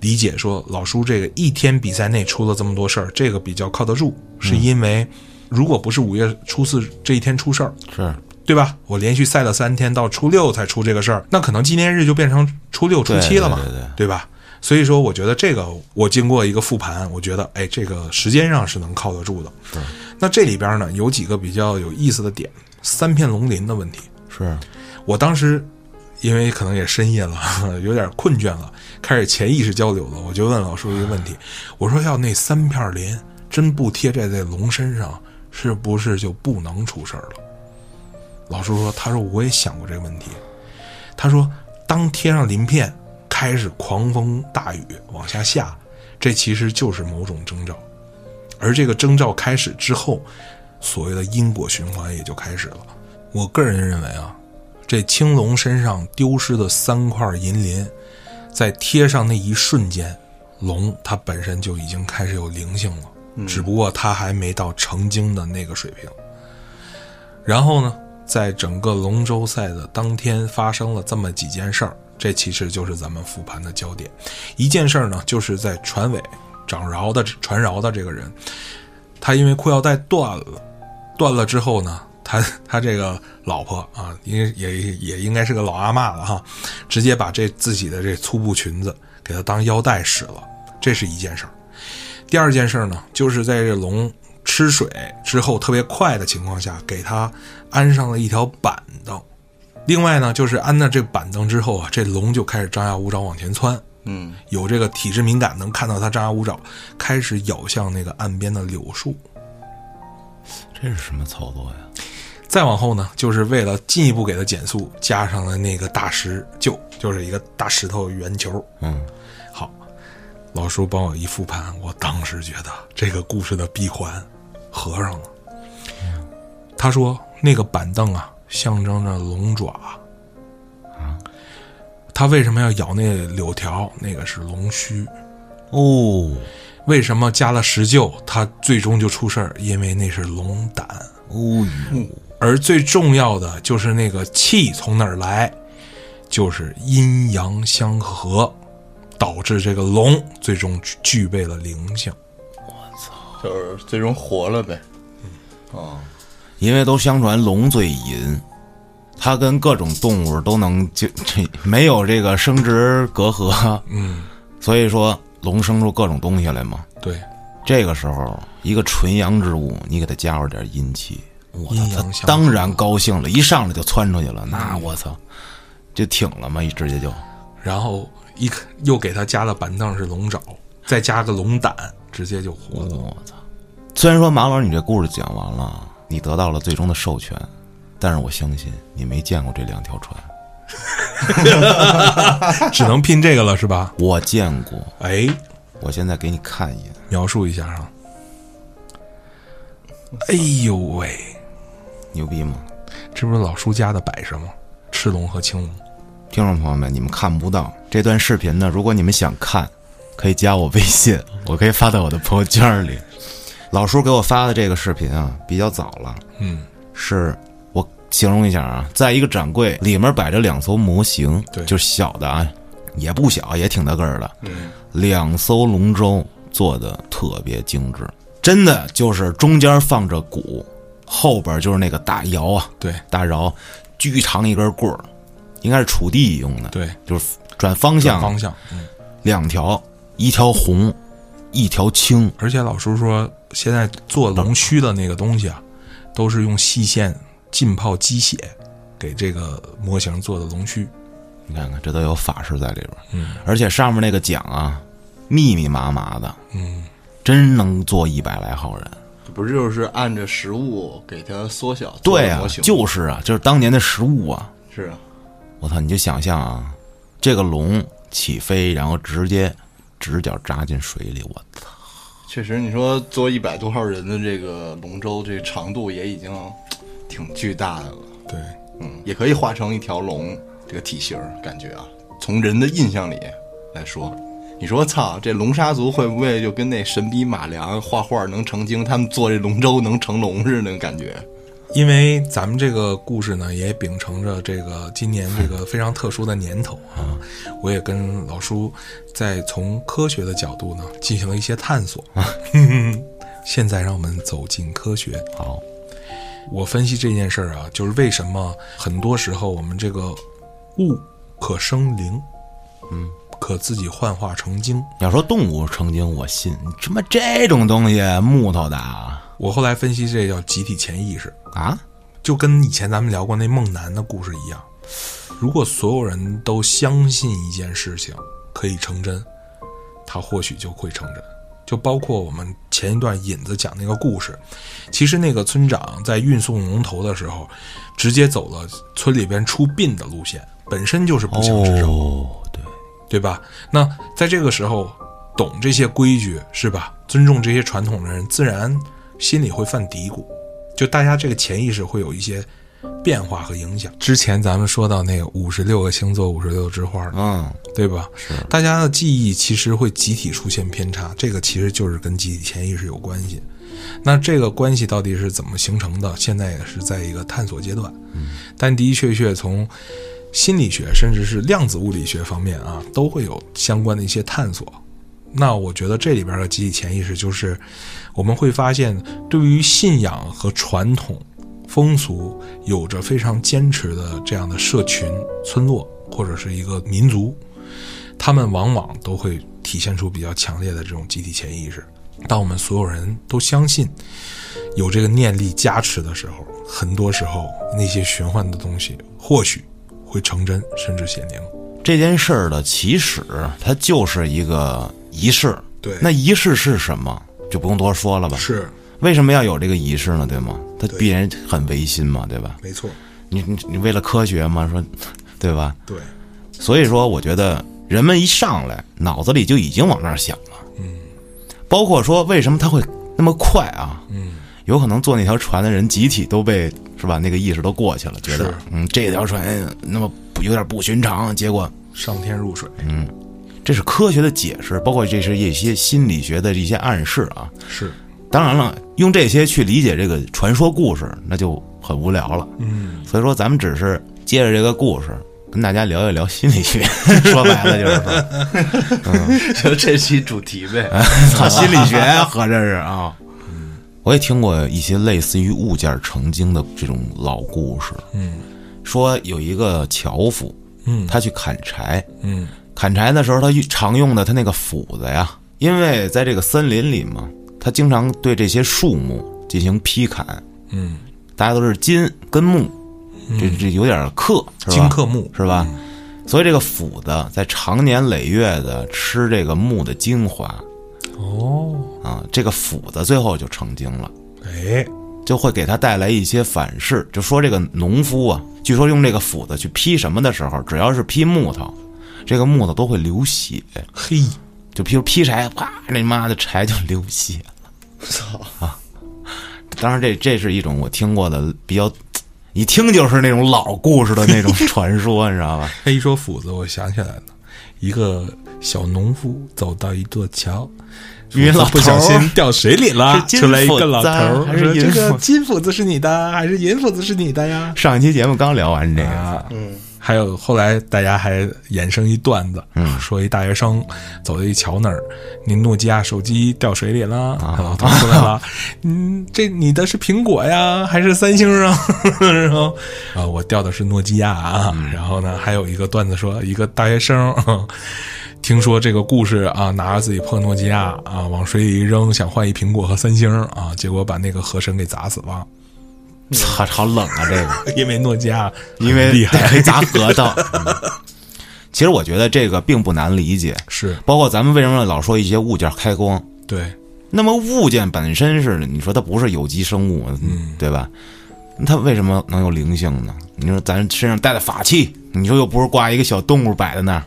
Speaker 1: 理解说，老叔这个一天比赛内出了这么多事儿，这个比较靠得住，是因为如果不是五月初四这一天出事儿，
Speaker 2: 是
Speaker 1: 对吧？我连续赛了三天，到初六才出这个事儿，那可能纪念日就变成初六、初七了嘛，
Speaker 2: 对对对对
Speaker 1: 吧？所以说，我觉得这个我经过一个复盘，我觉得哎，这个时间上是能靠得住的。是。那这里边呢有几个比较有意思的点，三片龙鳞的问题。
Speaker 2: 是，啊
Speaker 1: 我当时因为可能也深夜了， 有点困倦了，开始潜意识交流了。我就问老叔一个问题，我说要那三片鳞真不贴在这龙身上，是不是就不能出事儿了？老叔说，他说我也想过这个问题，他说当贴上鳞片，开始狂风大雨往下下，这其实就是某种征兆。而这个征兆开始之后，所谓的因果循环也就开始了。我个人认为啊，这青龙身上丢失的三块银鳞，在贴上那一瞬间，龙它本身就已经开始有灵性了，只不过它还没到成精的那个水平。然后呢，在整个龙舟赛的当天发生了这么几件事儿，这其实就是咱们复盘的焦点。一件事儿呢，就是在船尾掌饶的船饶的这个人，他因为裤腰带断了，断了之后呢，他他这个老婆啊，因为也也也应该是个老阿嬷了哈，直接把这自己的这粗布裙子给他当腰带使了，这是一件事儿。第二件事儿呢，就是在这龙吃水之后特别快的情况下，给它安上了一条板凳。另外呢，就是安了这板凳之后啊，这龙就开始张牙舞爪往前窜。
Speaker 4: 嗯，
Speaker 1: 有这个体质敏感，能看到它张牙舞爪，开始咬向那个岸边的柳树。
Speaker 2: 这是什么操作呀？
Speaker 1: 再往后呢，就是为了进一步给它减速，加上了那个大石臼，就是一个大石头圆球。
Speaker 2: 嗯，
Speaker 1: 好，老叔帮我一复盘，我当时觉得这个故事的闭环合上了。他说那个板凳啊，象征着龙爪。啊，他为什么要咬那柳条？那个是龙须。
Speaker 2: 哦
Speaker 1: 为什么加了石臼，它最终就出事儿？因为那是龙胆。
Speaker 2: 哦，
Speaker 1: 而最重要的就是那个气从哪儿来，就是阴阳相合，导致这个龙最终具具备了灵性。
Speaker 3: 就是最终活了呗。
Speaker 4: 嗯啊
Speaker 2: 因为都相传龙最淫，它跟各种动物都能就这没有这个生殖隔阂，
Speaker 1: 嗯，
Speaker 2: 所以说龙生出各种东西来嘛。
Speaker 1: 对，
Speaker 2: 这个时候，一个纯阳之物，你给它加入点阴气，我操
Speaker 1: 阴，阳
Speaker 2: 它
Speaker 1: 相
Speaker 2: 当然高兴了，一上来就窜出去了，那我操，就挺了嘛，一直接就，
Speaker 1: 然后一个又给他加了板凳是龙爪，再加个龙胆，直接就活了。
Speaker 2: 我操。虽然说马老师你这故事讲完了，你得到了最终的授权，但是我相信你没见过这两条船，
Speaker 1: 只能拼这个了，是吧？
Speaker 2: 我见过，
Speaker 1: 哎，
Speaker 2: 我现在给你看一眼。
Speaker 1: 描述一下啊。哎呦喂，
Speaker 2: 牛逼吗？
Speaker 1: 这不是老叔家的摆设吗？赤龙和青龙。
Speaker 2: 听众朋友们，你们看不到这段视频呢。如果你们想看，可以加我微信，我可以发到我的朋友圈里。老叔给我发的这个视频啊，比较早了，
Speaker 1: 嗯，
Speaker 2: 是我形容一下啊，在一个展柜里面摆着两艘模型，
Speaker 1: 对
Speaker 2: 就是小的啊，也不小，也挺大个儿的，
Speaker 1: 嗯
Speaker 2: 两艘龙舟做的特别精致，真的就是中间放着鼓，后边就是那个大摇啊，
Speaker 1: 对
Speaker 2: 大饶，巨长一根棍儿，应该是锄地用的，
Speaker 1: 对，
Speaker 2: 就是转方向，
Speaker 1: 方向。嗯，
Speaker 2: 两条，一条红，一条青，
Speaker 1: 而且老叔说，现在做龙须的那个东西啊，都是用细线浸泡鸡血给这个模型做的龙须。
Speaker 2: 你看看这都有法式在里边儿，
Speaker 1: 嗯
Speaker 2: 而且上面那个桨啊，密密麻麻的，
Speaker 1: 嗯，
Speaker 2: 真能坐一百来号人。
Speaker 4: 不是就是按着实物给它缩小做
Speaker 2: 对
Speaker 4: 的
Speaker 2: 啊
Speaker 4: 模，型，
Speaker 2: 就是啊，就是当年的食物啊，
Speaker 4: 是啊，
Speaker 2: 我操，你就想象啊，这个龙起飞，然后直接直角扎进水里，我操，
Speaker 4: 确实你说做一百多号人的这个龙舟，这长度也已经挺巨大的了，
Speaker 1: 对，
Speaker 4: 嗯，也可以画成一条龙，
Speaker 3: 这个体型儿感觉啊，从人的印象里来说，你说操，这龙沙族会不会就跟那神笔马良画画能成精，他们做这龙舟能成龙似的那感觉？
Speaker 1: 因为咱们这个故事呢，也秉承着这个今年这个非常特殊的年头啊，我也跟老叔在从科学的角度呢进行了一些探索。现在让我们走进科学。
Speaker 2: 好，
Speaker 1: 我分析这件事儿啊，就是为什么很多时候我们这个物可生灵，嗯，可自己幻化成精。
Speaker 2: 要说动物成精，我信。你他妈这种东西，木头的啊？
Speaker 1: 我后来分析这叫集体潜意识，
Speaker 2: 啊
Speaker 1: 就跟以前咱们聊过那梦男的故事一样，如果所有人都相信一件事情可以成真，它或许就会成真。就包括我们前一段引子讲那个故事，其实那个村长在运送龙头的时候，直接走了村里边出殡的路线，本身就是不祥之兆。
Speaker 2: 哦，对，
Speaker 1: 对吧？那在这个时候，懂这些规矩是吧？尊重这些传统的人，自然心里会犯嘀咕，就大家这个潜意识会有一些变化和影响。之前咱们说到那个五十六个星座，五十六枝花，
Speaker 2: 嗯，
Speaker 1: 对吧？是大家的记忆其实会集体出现偏差，这个其实就是跟集体潜意识有关系。那这个关系到底是怎么形成的？现在也是在一个探索阶段，但的的确确从心理学甚至是量子物理学方面啊，都会有相关的一些探索。那我觉得这里边的集体潜意识就是，我们会发现对于信仰和传统风俗有着非常坚持的这样的社群、村落或者是一个民族，他们往往都会体现出比较强烈的这种集体潜意识。当我们所有人都相信有这个念力加持的时候，很多时候那些玄幻的东西或许会成真，甚至显灵。
Speaker 2: 这件事儿的起始，它就是一个仪式。
Speaker 1: 对
Speaker 2: 那仪式是什么？就不用多说了吧。
Speaker 1: 是，
Speaker 2: 为什么要有这个仪式呢？对吗？它必然很违心嘛，对吧？
Speaker 1: 没错，
Speaker 2: 你你你为了科学嘛，说，对吧？
Speaker 1: 对，
Speaker 2: 所以说，我觉得人们一上来脑子里就已经往那儿想了。嗯，包括说为什么他会那么快啊？嗯，有可能坐那条船的人集体都被是吧？那个意识都过去了，觉得
Speaker 1: 是
Speaker 2: 嗯这条船哎那么不有点不寻常，结果
Speaker 1: 上天入水，
Speaker 2: 这是科学的解释，包括这是一些心理学的一些暗示啊。
Speaker 1: 是，
Speaker 2: 当然了，用这些去理解这个传说故事，那就很无聊了。
Speaker 1: 嗯，
Speaker 2: 所以说，咱们只是接着这个故事，跟大家聊一聊心理学。 说白了就是说，
Speaker 4: 就这期主题呗。
Speaker 2: 操，心理学 啊合着是啊。我也听过一些类似于物件成精的这种老故事，
Speaker 1: 嗯
Speaker 2: 说有一个樵夫，
Speaker 1: 嗯
Speaker 2: 他去砍柴，
Speaker 1: 嗯
Speaker 2: 砍柴的时候他常用的他那个斧子呀，因为在这个森林里嘛，他经常对这些树木进行劈砍，
Speaker 1: 嗯，
Speaker 2: 大家都是金跟木，这这有点嗯克，嗯是吧
Speaker 1: 金克木
Speaker 2: 是吧？所以这个斧子在常年累月的吃这个木的精华，
Speaker 1: 哦，
Speaker 2: 啊，这个斧子最后就成精了，
Speaker 1: 哎，
Speaker 2: 就会给他带来一些反噬。就说这个农夫啊，据说用这个斧子去劈什么的时候，只要是劈木头，这个木头都会流血。
Speaker 1: 嘿，
Speaker 2: 就譬如劈柴，啪，那妈的柴就流血了。操啊！当然这，这是一种我听过的比较，一听就是那种老故事的那种传说，你知道吧？
Speaker 1: 他一说斧子，我想起来了，一个小农夫走到一座桥，
Speaker 2: 一老
Speaker 1: 斧子不小
Speaker 2: 头儿
Speaker 1: 心掉水里了，
Speaker 2: 是金
Speaker 1: 出来一
Speaker 2: 斧
Speaker 1: 个老
Speaker 2: 子
Speaker 1: 头
Speaker 2: 啊
Speaker 1: 儿，
Speaker 2: 还是
Speaker 1: 说
Speaker 2: 银
Speaker 1: 这个
Speaker 2: 斧
Speaker 1: 金斧子是你的还是银斧子是你的呀？
Speaker 2: 上一期节目刚聊完这个，
Speaker 1: 啊，嗯，还有后来大家还衍生一段子，嗯，说一大学生走到一桥那儿，你诺基亚手机掉水里了，
Speaker 2: 啊
Speaker 1: 老头出来了， 嗯，这你的是苹果呀还是三星啊？ 然后啊，我掉的是诺基亚啊。
Speaker 2: 嗯
Speaker 1: 然后呢，还有一个段子说，一个大学生。 听说这个故事啊，拿着自己破诺基亚啊，往水里一扔，想换一苹果和三星啊，结果把那个河神给砸死了，
Speaker 2: 操、好冷啊这个。
Speaker 1: 因为诺基亚很
Speaker 2: 因为
Speaker 1: 厉害
Speaker 2: 可以砸核桃。嗯其实我觉得这个并不难理解，
Speaker 1: 是
Speaker 2: 包括咱们为什么老说一些物件开光？
Speaker 1: 对，
Speaker 2: 那么物件本身是，你说它不是有机生物，嗯，对吧？它为什么能有灵性呢？你说咱身上带的法器，你说又不是挂一个小动物摆在那儿，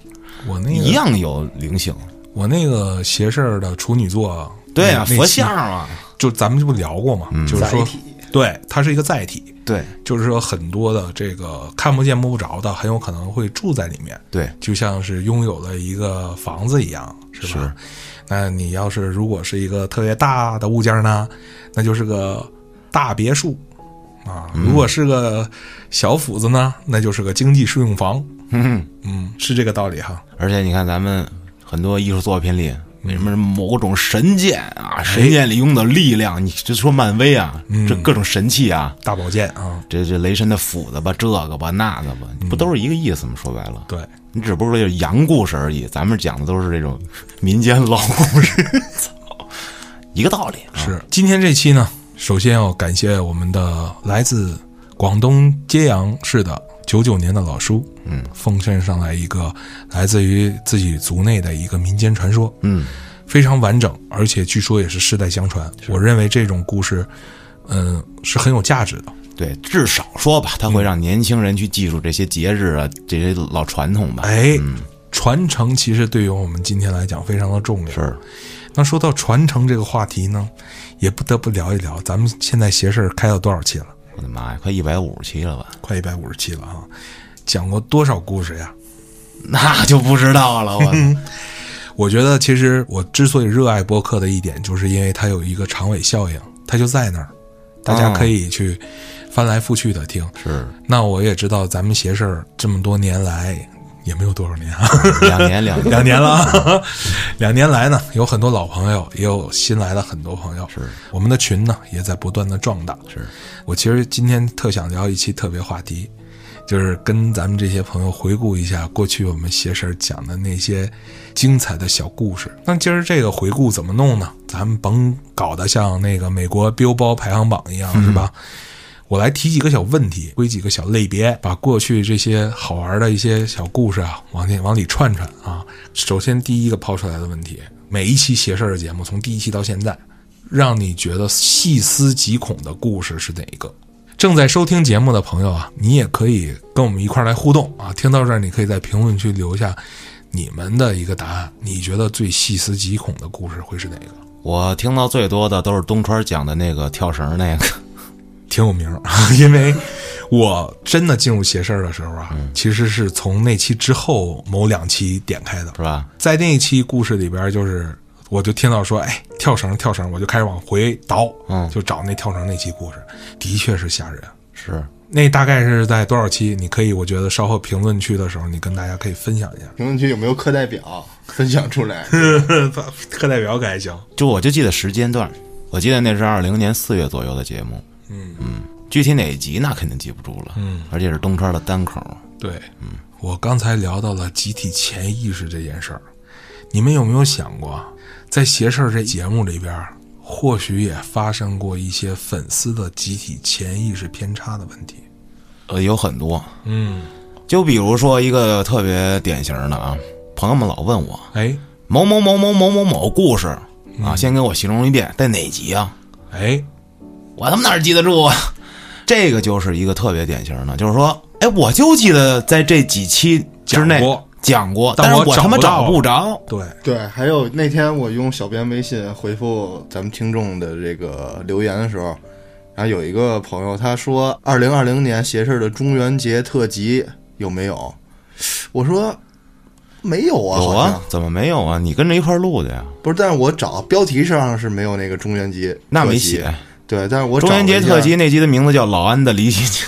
Speaker 1: 我那
Speaker 2: 一
Speaker 1: 个
Speaker 2: 样有灵性。
Speaker 1: 我那个邪事儿的处女座，
Speaker 2: 对啊，
Speaker 1: 那
Speaker 2: 佛像，嘛，啊
Speaker 1: 那
Speaker 2: 嗯
Speaker 1: 期就咱们这不聊过嘛，就是
Speaker 4: 载
Speaker 1: 说
Speaker 4: 体，
Speaker 1: 对，它是一个载体，
Speaker 2: 对
Speaker 1: 就是说很多的这个看不见摸不着的，很有可能会住在里面，
Speaker 2: 对，
Speaker 1: 就像是拥有了一个房子一样，是吧？那你要是如果是一个特别大的物件呢，那就是个大别墅啊；
Speaker 2: 嗯
Speaker 1: 如果是个小府子呢，那就是个经济适用房。
Speaker 2: 嗯，
Speaker 1: 嗯，是这个道理哈。
Speaker 2: 而且你看咱们很多艺术作品里，为什么某种神剑啊，神剑里用的力量，你就说漫威啊，这各种神器啊，
Speaker 1: 大宝剑啊，
Speaker 2: 这这雷神的斧子吧，这个吧，那个吧，不都是一个意思吗？说白了，
Speaker 1: 对，
Speaker 2: 嗯你只不过就是洋故事而已，咱们讲的都是这种民间老故事， 操，一个道理啊。
Speaker 1: 是。今天这期呢，首先要感谢我们的来自广东揭阳市的九九年的老叔，嗯，奉献上来一个来自于自己族内的一个民间传说，
Speaker 2: 嗯，
Speaker 1: 非常完整，而且据说也是世代相传。我认为这种故事，嗯，是很有价值的。
Speaker 2: 对，至少说吧，它会让年轻人去记住这些节日啊，这些老传统吧。
Speaker 1: 哎，传承其实对于我们今天来讲非常的重要。
Speaker 2: 是，
Speaker 1: 那说到传承这个话题呢，也不得不聊一聊，咱们现在邪事儿开到多少期了？
Speaker 2: 我的妈呀，快一百五十期了吧？
Speaker 1: 快一百五十期了啊！讲过多少故事呀？
Speaker 2: 那就不知道了， 我
Speaker 1: 我觉得其实我之所以热爱播客的一点，就是因为它有一个长尾效应，它就在那儿，大家可以去翻来覆去的听。
Speaker 2: 是
Speaker 1: 那我也知道咱们邪事儿这么多年来也没有多少年啊，
Speaker 2: 两年两年
Speaker 1: 两年了啊，两年来呢，有很多老朋友，也有新来的很多朋友。
Speaker 2: 是
Speaker 1: 我们的群呢，也在不断的壮大。
Speaker 2: 是，
Speaker 1: 我其实今天特想聊一期特别话题，就是跟咱们这些朋友回顾一下过去我们邪神讲的那些精彩的小故事。那今儿这个回顾怎么弄呢？咱们甭搞得像那个美国 Billboard 排行榜一样，
Speaker 2: 嗯
Speaker 1: 是吧？我来提几个小问题，归几个小类别，把过去这些好玩的一些小故事啊，往里往里串串啊。首先第一个抛出来的问题，每一期邪事儿的节目，从第一期到现在，让你觉得细思极恐的故事是哪一个？正在收听节目的朋友啊，你也可以跟我们一块儿来互动啊。听到这儿，你可以在评论区留下你们的一个答案，你觉得最细思极恐的故事会是哪个？
Speaker 2: 我听到最多的都是东川讲的那个跳绳那个，
Speaker 1: 挺有名儿，啊 因为我真的进入邪事儿的时候啊，其实是从那期之后某两期点开的，
Speaker 2: 是吧？
Speaker 1: 在那一期故事里边儿，就是我就听到说，哎，跳绳跳绳，我就开始往回倒，
Speaker 2: 嗯
Speaker 1: 就找那跳绳那期故事，的确是吓人。
Speaker 2: 是，
Speaker 1: 那大概是在多少期？你可以，我觉得稍后评论区的时候，你跟大家可以分享一 下。
Speaker 4: 评论区有没有课代表分享出来？
Speaker 1: 课代表可还行，
Speaker 2: 就我就记得时间段，我记得那是二零年四月左右的节目，
Speaker 1: 嗯
Speaker 2: 嗯，具体哪一集那肯定记不住了，
Speaker 1: 嗯，
Speaker 2: 而且是东川的单口，
Speaker 1: 对，嗯我刚才聊到了集体潜意识这件事儿，你们有没有想过，在邪事儿这节目里边儿，或许也发生过一些粉丝的集体潜意识偏差的问题？
Speaker 2: 呃，有很多，
Speaker 1: 嗯，
Speaker 2: 就比如说一个特别典型的啊，朋友们老问我
Speaker 1: 哎
Speaker 2: 某某某某某某某故事
Speaker 1: 嗯
Speaker 2: 啊，先给我形容一遍，在哪集啊？
Speaker 1: 哎，
Speaker 2: 我他妈哪儿记得住啊？这个就是一个特别典型的，就是说，哎，我就记得在这几期之内
Speaker 1: 讲过
Speaker 2: 讲过，
Speaker 1: 但
Speaker 2: 但是
Speaker 1: 我
Speaker 2: 他妈
Speaker 1: 找
Speaker 2: 找
Speaker 1: 不
Speaker 2: 不着。
Speaker 1: 对，
Speaker 4: 对，还有那天我用小编微信回复咱们听众的这个留言的时候，然后有一个朋友他说，二零二零年邪事儿的中元节特辑有没有？我说没有啊，
Speaker 2: 有
Speaker 4: 好
Speaker 2: 啊
Speaker 4: 像，
Speaker 2: 怎么没有啊？你跟着一块儿录的呀？
Speaker 4: 不是，但是我找标题上是没有那个中元节特辑，
Speaker 2: 那没写。
Speaker 4: 对，但是我
Speaker 2: 中元节
Speaker 4: 找了
Speaker 2: 特
Speaker 4: 一下
Speaker 2: 辑那集的名字叫《老安的离奇 经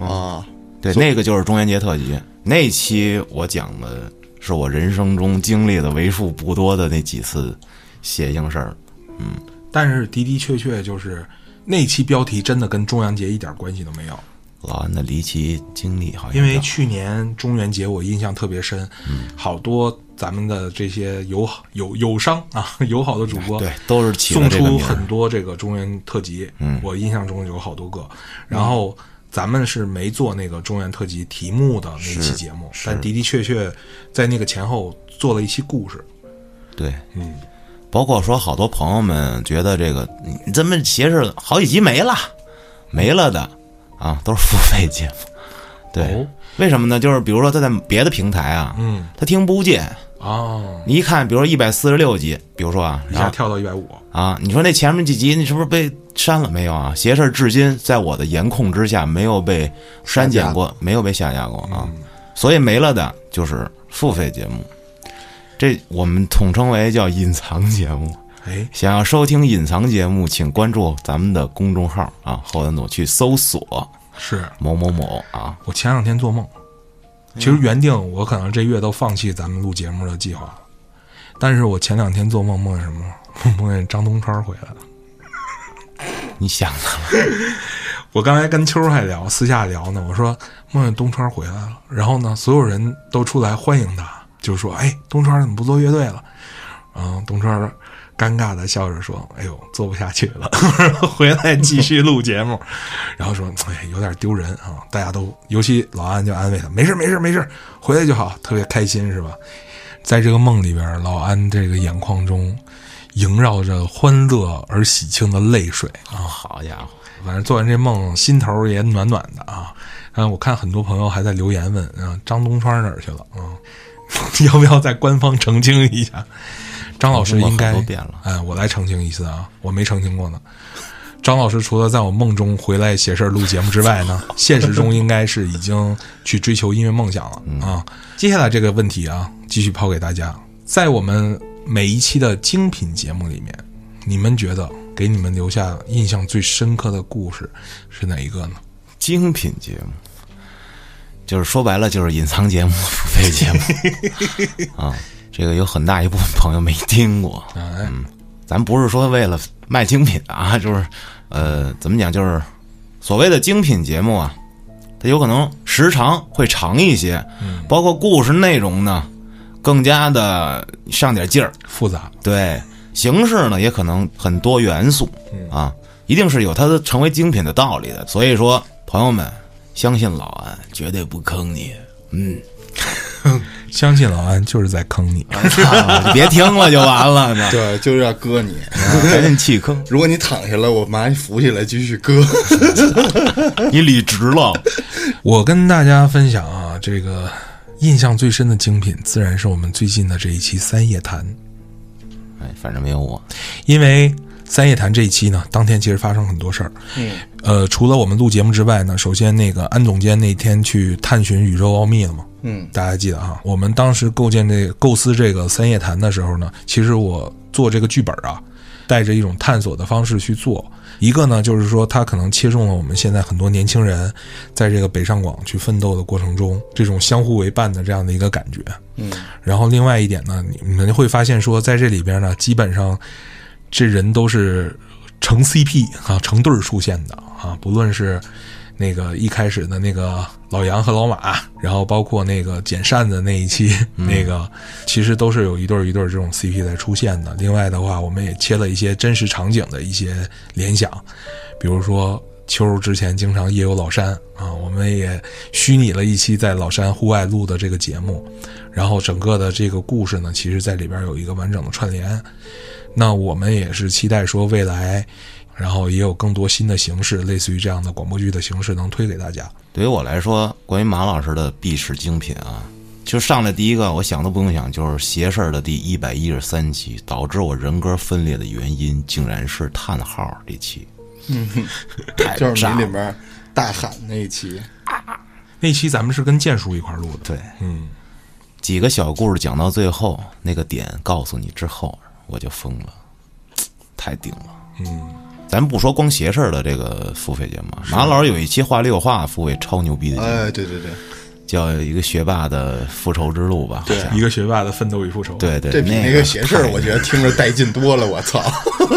Speaker 2: 历》，
Speaker 4: 啊，
Speaker 2: 对，那个就是中元节特辑。那期我讲的是我人生中经历的为数不多的那几次邪性事儿。
Speaker 1: 但是的的确确就是那期标题真的跟中元节一点关系都没有。
Speaker 2: 老安的离奇经历好像
Speaker 1: 因为
Speaker 2: 叫
Speaker 1: 去年中元节我印象特别深，好多咱们的这些友好友友商啊， 友好的主播
Speaker 2: 对都是起了
Speaker 1: 送
Speaker 2: 这个
Speaker 1: 出
Speaker 2: 名儿
Speaker 1: 很多这个中元特辑，
Speaker 2: 嗯
Speaker 1: 我印象中有好多个，然后。咱们是没做那个中元特辑题目的那期节目，但的的确确在那个前后做了一期故事。
Speaker 2: 对，
Speaker 1: 嗯，
Speaker 2: 包括说好多朋友们觉得这个你这么邪事儿好几集没了，没了的啊，都是付费节目。对，
Speaker 1: 哦
Speaker 2: 为什么呢？就是比如说他在别的平台啊，
Speaker 1: 嗯，
Speaker 2: 他听不见，
Speaker 1: 哦，
Speaker 2: 你一看，比如说一百四十六集，比如说啊，
Speaker 1: 一
Speaker 2: 然
Speaker 1: 下
Speaker 2: 后
Speaker 1: 跳到一百五，
Speaker 2: 啊，你说那前面几集你是不是被删了？没有啊，邪事儿至今在我的严控之下没有被删减过，没有被下架过啊，
Speaker 1: 嗯
Speaker 2: 所以没了的就是付费节目，这我们统称为叫隐藏节目。
Speaker 1: 哎，
Speaker 2: 想要收听隐藏节目，请关注咱们的公众号啊，后端组去搜索
Speaker 1: 是
Speaker 2: 某某某啊。
Speaker 1: 我前两天做梦，其实原定我可能这月都放弃咱们录节目的计划了，但是我前两天做梦梦见什么？梦见张东超回来了。
Speaker 2: 你想的
Speaker 1: 我刚才跟秋儿还聊，私下聊呢，我说梦见东川回来了，然后呢，所有人都出来欢迎他，就说：“哎，东川怎么不做乐队了？”然后东川尴尬的笑着说：“哎呦，做不下去了， 回来继续录节目。”然后说：“哎，有点丢人啊！”大家都，尤其老安就安慰他：“没事，没事，没事，回来就好。”特别开心是吧？在这个梦里边，老安这个眼眶中萦绕着欢乐而喜庆的泪水啊。
Speaker 2: 好家伙，
Speaker 1: 反正做完这梦，心头也暖暖的啊。嗯，我看很多朋友还在留言问啊，张东川哪儿去了啊？ 要不要再官方澄清一下？张老师应该
Speaker 2: 我都变了
Speaker 1: 哎，我来澄清一次啊，我没澄清过呢。张老师除了在我梦中回来写事儿录节目之外 呢，现实中应该是已经去追求音乐梦想了
Speaker 2: 嗯
Speaker 1: 啊。接下来这个问题啊，继续抛给大家，在我们每一期的精品节目里面，你们觉得给你们留下印象最深刻的故事是哪一个呢？
Speaker 2: 精品节目，就是说白了就是隐藏节目、付费节目啊。这个有很大一部分朋友没听过，
Speaker 1: 哎，
Speaker 2: 咱不是说为了卖精品啊，就是呃，怎么讲，就是所谓的精品节目啊，它有可能时长会长一些，包括故事内容呢，更加的上点劲儿，
Speaker 1: 复杂，
Speaker 2: 对，形式呢也可能很多元素啊，一定是有它的成为精品的道理的。所以说，朋友们，相信老安绝对不坑你。嗯，
Speaker 1: 相信老安就是在坑 你。
Speaker 2: 啊别听了就完了，呢，
Speaker 4: 对，就是要割你。
Speaker 2: 赶紧弃坑，
Speaker 4: 如果你躺下了，我妈一扶起来继续割。
Speaker 2: 你理直了。
Speaker 1: 我跟大家分享啊，这个印象最深的精品，自然是我们最近的这一期《三叶谈》。
Speaker 2: 哎，反正没有我，
Speaker 1: 因为三叶谈这一期呢，当天其实发生很多事儿。嗯，呃，除了我们录节目之外呢，首先那个安总监那天去探寻宇宙奥秘了嘛。
Speaker 4: 嗯，
Speaker 1: 大家记得哈，我们当时构建这构思这个三叶谈的时候呢，其实我做这个剧本啊，带着一种探索的方式去做。一个呢，就是说它可能切中了我们现在很多年轻人在这个北上广去奋斗的过程中，这种相互为伴的这样的一个感觉。嗯，然后另外一点呢，你们会发现说，在这里边呢，基本上这人都是成 CP 啊，成对儿出现的啊，不论是那个一开始的那个老杨和老马，然后包括那个捡扇子那一期，那个其实都是有一对儿一对儿这种 CP 在出现的。另外的话，我们也切了一些真实场景的一些联想，比如说。秋儿之前经常夜游老山啊，我们也虚拟了一期在老山户外录的这个节目，然后整个的这个故事呢，其实在里边有一个完整的串联。那我们也是期待说未来，然后也有更多新的形式，类似于这样的广播剧的形式能推给大家。
Speaker 2: 对于我来说，关于马老师的必是精品啊，就上来第一个，我想都不用想，就是《邪事儿》的第一百一十三期，导致我人格分裂的原因，竟然是叹号这期。太
Speaker 4: 就是
Speaker 2: 炸
Speaker 4: 你里
Speaker 2: 了
Speaker 4: 面大喊那一期，
Speaker 1: 那期咱们是跟建叔一块儿录的，
Speaker 2: 对，
Speaker 1: 嗯，
Speaker 2: 几个小故事讲到最后，那个点告诉你之后，我就疯了，太顶了。嗯，咱不说光邪事儿的这个付费节目啊，马老师有一期话里有话付费超牛逼的节目，
Speaker 4: 哎，对对对，
Speaker 2: 叫一个学霸的复仇之路吧？
Speaker 4: 对
Speaker 1: 一个学霸的奋斗与复仇。，
Speaker 2: 对对，
Speaker 4: 这比那
Speaker 2: 个
Speaker 4: 个邪事
Speaker 2: 太
Speaker 4: 儿，我觉得听着带劲多了。我操，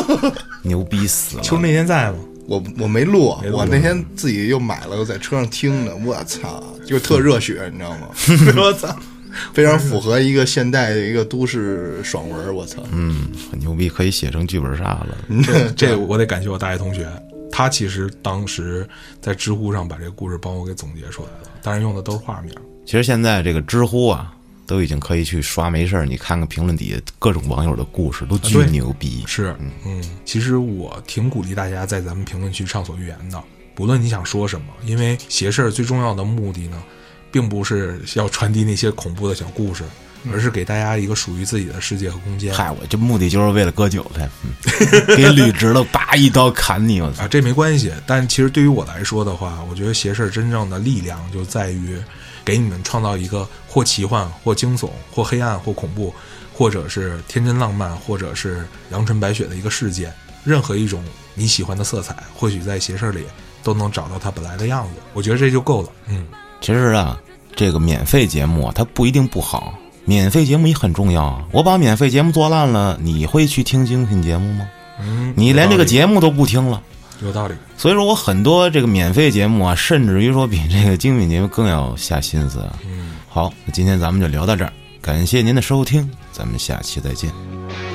Speaker 2: 牛逼死了。
Speaker 1: 秋儿那天在吗？
Speaker 4: 我我没录
Speaker 1: 没，录
Speaker 4: 我那天自己又买了，我在车上听的，我操，就特热血，你知道吗？
Speaker 1: 我操！
Speaker 4: 非常符合一个现代的一个都市爽文，我操，
Speaker 2: 嗯，很牛逼，可以写成剧本杀了。
Speaker 1: 这 这我得感谢我大学同学，他其实当时在知乎上把这个故事帮我给总结出来了，当然用的都是画面。
Speaker 2: 其实现在这个知乎啊，都已经可以去刷，没事儿你看看评论底下各种网友的故事，都巨
Speaker 1: 对
Speaker 2: 牛逼。
Speaker 1: 是，嗯，其实我挺鼓励大家在咱们评论区畅所欲言的，不论你想说什么，因为邪事儿最重要的目的呢，并不是要传递那些恐怖的小故事，而是给大家一个属于自己的世界和空间。
Speaker 2: 嗨，我这目的就是为了割韭菜，嗯给捋直了，叭一刀砍你，我操！
Speaker 1: 啊，这没关系。但其实对于我来说的话，我觉得邪事儿真正的力量就在于给你们创造一个或奇幻、或惊悚、或黑暗、或恐怖，或者是天真浪漫，或者是阳春白雪的一个世界。任何一种你喜欢的色彩，或许在邪事儿里都能找到它本来的样子。我觉得这就够了。嗯，
Speaker 2: 其实啊，这个免费节目啊它不一定不好，免费节目也很重要啊。我把免费节目做烂了，你会去听精品节目吗？
Speaker 1: 嗯
Speaker 2: 你连这个节目都不听了。
Speaker 1: 有道理。
Speaker 2: 所以说我很多这个免费节目啊，甚至于说比这个精品节目更要下心思。啊
Speaker 1: 嗯，
Speaker 2: 好，那今天咱们就聊到这儿，感谢您的收听，咱们下期再见。
Speaker 1: 拜拜。